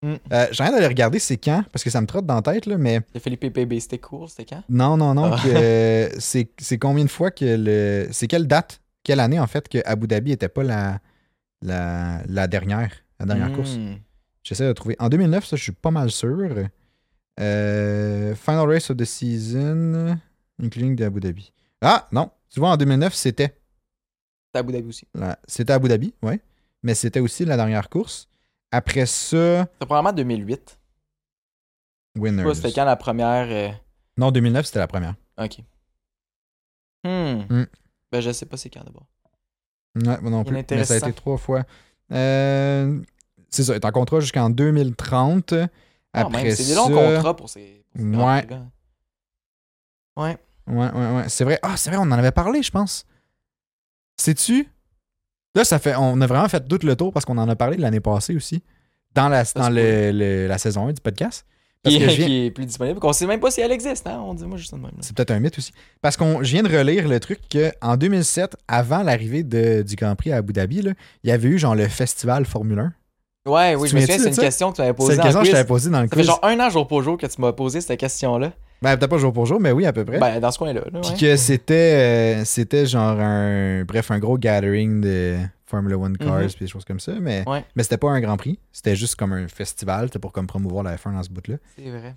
B: Euh, J'ai rien d'aller regarder c'est quand, parce que ça me trotte dans la tête, là, mais
A: Le Philippe PB, c'était cool, c'était quand
B: non, non, non.
A: Ah.
B: que, euh, c'est c'est combien de fois que le. C'est quelle date, quelle année, en fait, que Abu Dhabi était pas la, la, la dernière, la dernière
A: Hmm.
B: course? J'essaie de trouver. En 2009, ça, je suis pas mal sûr. Euh, Final Race of the Season, including de Abu Dhabi. Ah, non. Tu vois, en 2009, c'était
A: C'était à Abu Dhabi aussi.
B: la- c'était Abu Dhabi, ouais. Mais c'était aussi la dernière course. Après ça,
A: C'était probablement 2008.
B: Winners.
A: Toi, c'était quand la première. euh,
B: Non, 2009, c'était la première.
A: Ok. Hmm.
B: Hmm.
A: Ben, je sais pas c'est quand d'abord.
B: Ouais, moi non plus. Mais ça a
A: Inintéressant.
B: été trois fois. Euh, c'est ça, il est en contrat jusqu'en 2030.
A: Ah,
B: Après
A: même,
B: ça,
A: c'est des longs contrats pour ces. pour ces grands
B: Ouais.
A: prix-là. Ouais.
B: Ouais, ouais, ouais. C'est vrai. Ah, c'est vrai, on en avait parlé, je pense. Sais-tu? Là, ça fait. On a vraiment fait tout le tour parce qu'on en a parlé de l'année passée aussi. Dans la, dans
A: c'est
B: le, le- la saison 1 du podcast. Parce
A: Qui,
B: que je viens-
A: qui est plus disponible. Qu'on sait même pas si elle existe, hein? On dit, moi, juste ça de même. là.
B: C'est peut-être un mythe aussi. Parce qu'on je viens de relire le truc qu'en 2007, avant l'arrivée de- du Grand Prix à Abu Dhabi, là, il y avait eu genre le festival Formule 1.
A: Ouais, oui, je
B: Tu
A: me
B: te
A: souviens,
B: souviens-tu
A: c'est
B: de
A: une
B: ça?
A: question que tu m'avais
B: C'est
A: posée.
B: une
A: en
B: question que je
A: quiz.
B: t'avais posée dans le
A: Ça fait
B: quiz.
A: genre un an jour pour jour que tu m'as posé cette question-là.
B: Ben, peut-être pas jour pour jour, mais oui, à peu près.
A: Ben, dans ce coin-là. là,
B: Puis
A: ouais.
B: que c'était euh, c'était genre un bref un gros gathering de Formula One cars
A: Mhm.
B: puis des choses comme ça mais
A: Ouais.
B: mais c'était pas un grand prix, c'était juste comme un festival, c'était pour comme promouvoir la F1 dans ce bout là.
A: C'est vrai.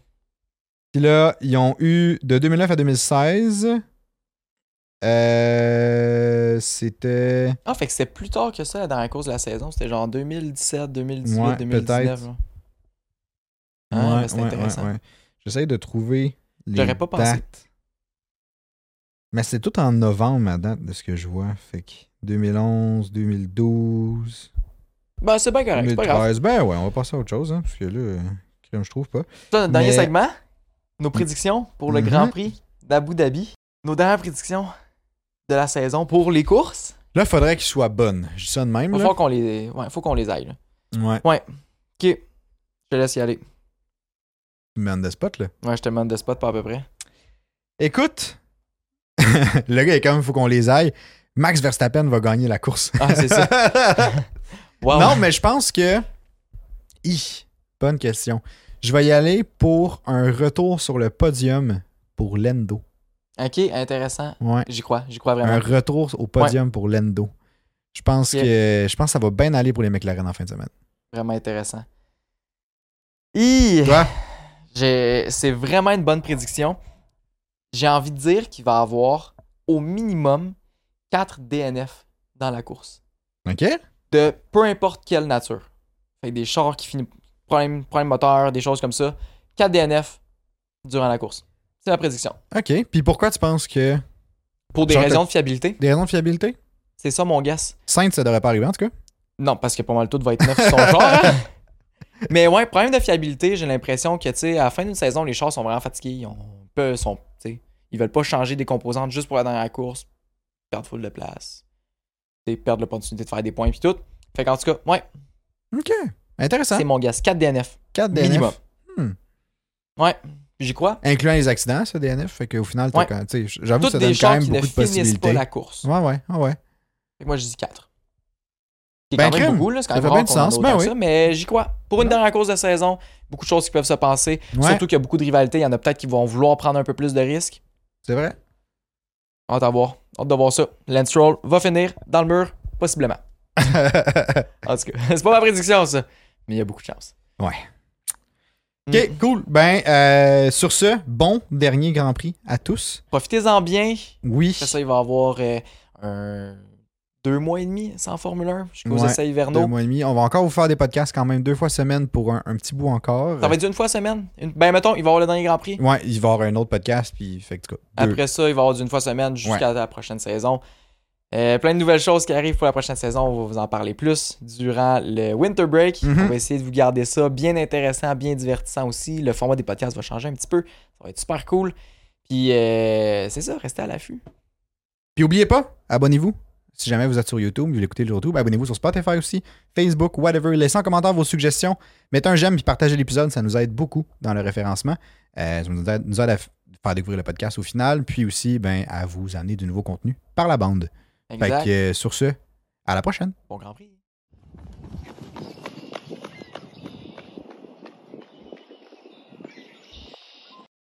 B: Puis là, ils ont eu de 2009 à 2016 euh, c'était
A: Ah, fait que c'était plus tard que ça dans la course de la saison. C'était genre 2017, 2018,
B: Ouais,
A: 2019.
B: peut-être.
A: genre. Ah,
B: Ouais,
A: ben, c'était
B: ouais,
A: intéressant.
B: ouais, ouais. J'essaie de trouver les
A: J'aurais pas pensé.
B: dates. Mais c'est tout en novembre ma date de ce que je vois, fait que 2011, 2012
A: Ben, c'est bien correct, c'est pas grave.
B: 2013, ben ouais, on va passer à autre chose, hein, parce que là, euh, crème, je trouve pas.
A: Dans le dernier
B: Mais-
A: segment, nos prédictions pour le
B: Mhm.
A: Grand Prix d'Abu Dhabi. Nos dernières prédictions de la saison pour les courses.
B: Là, faudrait qu'il soit bonne. Je dis ça de même.
A: Il
B: Là.
A: faut qu'on les, ouais, faut qu'on les aille. là.
B: Ouais,
A: Ok, je te laisse y aller.
B: tu me mets on the spot, là.
A: Ouais, je te demande de spot pas à peu près.
B: Écoute, le gars est comme, faut qu'on les aille. Max Verstappen va gagner la course.
A: Ah, c'est ça. Wow.
B: Non, mais je pense que. Hi, bonne question. Je vais y aller pour un retour sur le podium pour Lendo.
A: Ok, intéressant.
B: Ouais.
A: J'y crois, j'y crois
B: Un
A: vraiment.
B: retour au podium pour Lendo. Je pense
A: Ok.
B: que je pense que ça va bien aller pour les McLaren en fin de semaine.
A: Vraiment intéressant. Hi!
B: Toi?
A: J'ai- C'est vraiment une bonne prédiction. J'ai envie de dire qu'il va avoir au minimum 4 DNF dans la course.
B: OK?
A: De peu importe quelle nature. Fait que des chars qui finissent. Problème, problème moteur, des choses comme ça. 4 DNF durant la course. C'est ma prédiction.
B: OK. Puis pourquoi tu penses que.
A: Pour des
B: Genre,
A: raisons de fiabilité,
B: Des raisons de fiabilité?
A: c'est ça mon guess.
B: Sainte, ça devrait pas arriver en tout cas.
A: Non, parce que pas mal tout va être neuf sur son genre. hein. Mais ouais, problème de fiabilité, j'ai l'impression que, tu sais, à la fin d'une saison, les chars sont vraiment fatigués. Ils ont peu, sont, tu sais, ils veulent pas changer des composantes juste pour la dernière course, perdre full de place, tu sais, perdre l'opportunité de faire des points puis tout. Fait qu'en tout cas, ouais,
B: OK. Intéressant.
A: c'est mon gaz. 4 DNF,
B: 4 DNF.
A: minimum.
B: Hmm.
A: Ouais, j'y crois.
B: Incluant les accidents, ça, DNF. Fait qu'au final, t'as
A: Ouais.
B: quand- tu sais, j'avoue que
A: Toutes
B: ça
A: des
B: donne quand
A: chars
B: même
A: qui ne
B: beaucoup de
A: finissent pas
B: possibilités.
A: la course.
B: Ouais, ouais, ouais, ouais.
A: Fait que moi, je dis 4. C'est
B: Ben,
A: quand même
B: crime.
A: beaucoup, là. C'est quand
B: Ça
A: même
B: fait
A: rare
B: bien du
A: qu'on en ait
B: sens,
A: autant
B: ben
A: que
B: oui.
A: ça, mais j'y crois. Pour une
B: Ouais.
A: dernière course de saison, beaucoup de choses qui peuvent se passer.
B: Ouais.
A: Surtout qu'il y a beaucoup de rivalités. Il y en a peut-être qui vont vouloir prendre un peu plus de risques.
B: C'est vrai.
A: Hâte à voir. Hâte de voir ça. Lance Stroll va finir dans le mur, possiblement. En tout cas, c'est pas ma prédiction, ça. Mais il y a beaucoup de chance.
B: Ouais.
A: Mm.
B: OK, cool. Ben, euh, sur ce, bon dernier Grand Prix à tous.
A: Profitez-en bien.
B: Oui.
A: Après ça, il va y avoir euh, un- deux mois et demi sans Formule 1 jusqu'aux
B: Ouais,
A: essais
B: Deux
A: hivernaux.
B: mois et demi. On va encore vous faire des podcasts quand même deux fois semaine pour un, un petit bout encore.
A: Ça va être une fois semaine. Une- Ben, mettons, il va y avoir le dernier Grand Prix.
B: Ouais, il va y avoir un autre podcast, puis fait que, en tout cas, deux.
A: Après ça, il va y avoir d'une fois semaine jusqu'à la prochaine saison. Euh, plein de nouvelles choses qui arrivent pour la prochaine saison. On va vous en parler plus durant le winter break.
B: Mhm.
A: On va essayer de vous garder ça bien intéressant, bien divertissant aussi. Le format des podcasts va changer un petit peu. Ça va être super cool. Puis euh, c'est ça, restez à l'affût.
B: Puis oubliez pas, abonnez-vous. Si jamais vous êtes sur YouTube, vous voulez écouter le YouTube, ben, abonnez-vous sur Spotify aussi, Facebook, whatever. Laissez en commentaire vos suggestions. Mettez un j'aime puis partagez l'épisode, ça nous aide beaucoup dans le référencement. Euh, ça nous aide, nous aide à f- faire découvrir le podcast au final, puis aussi ben, à vous amener du nouveau contenu par la bande. Fait
A: Exact.
B: que euh, sur ce, à la prochaine.
A: Bon Grand Prix.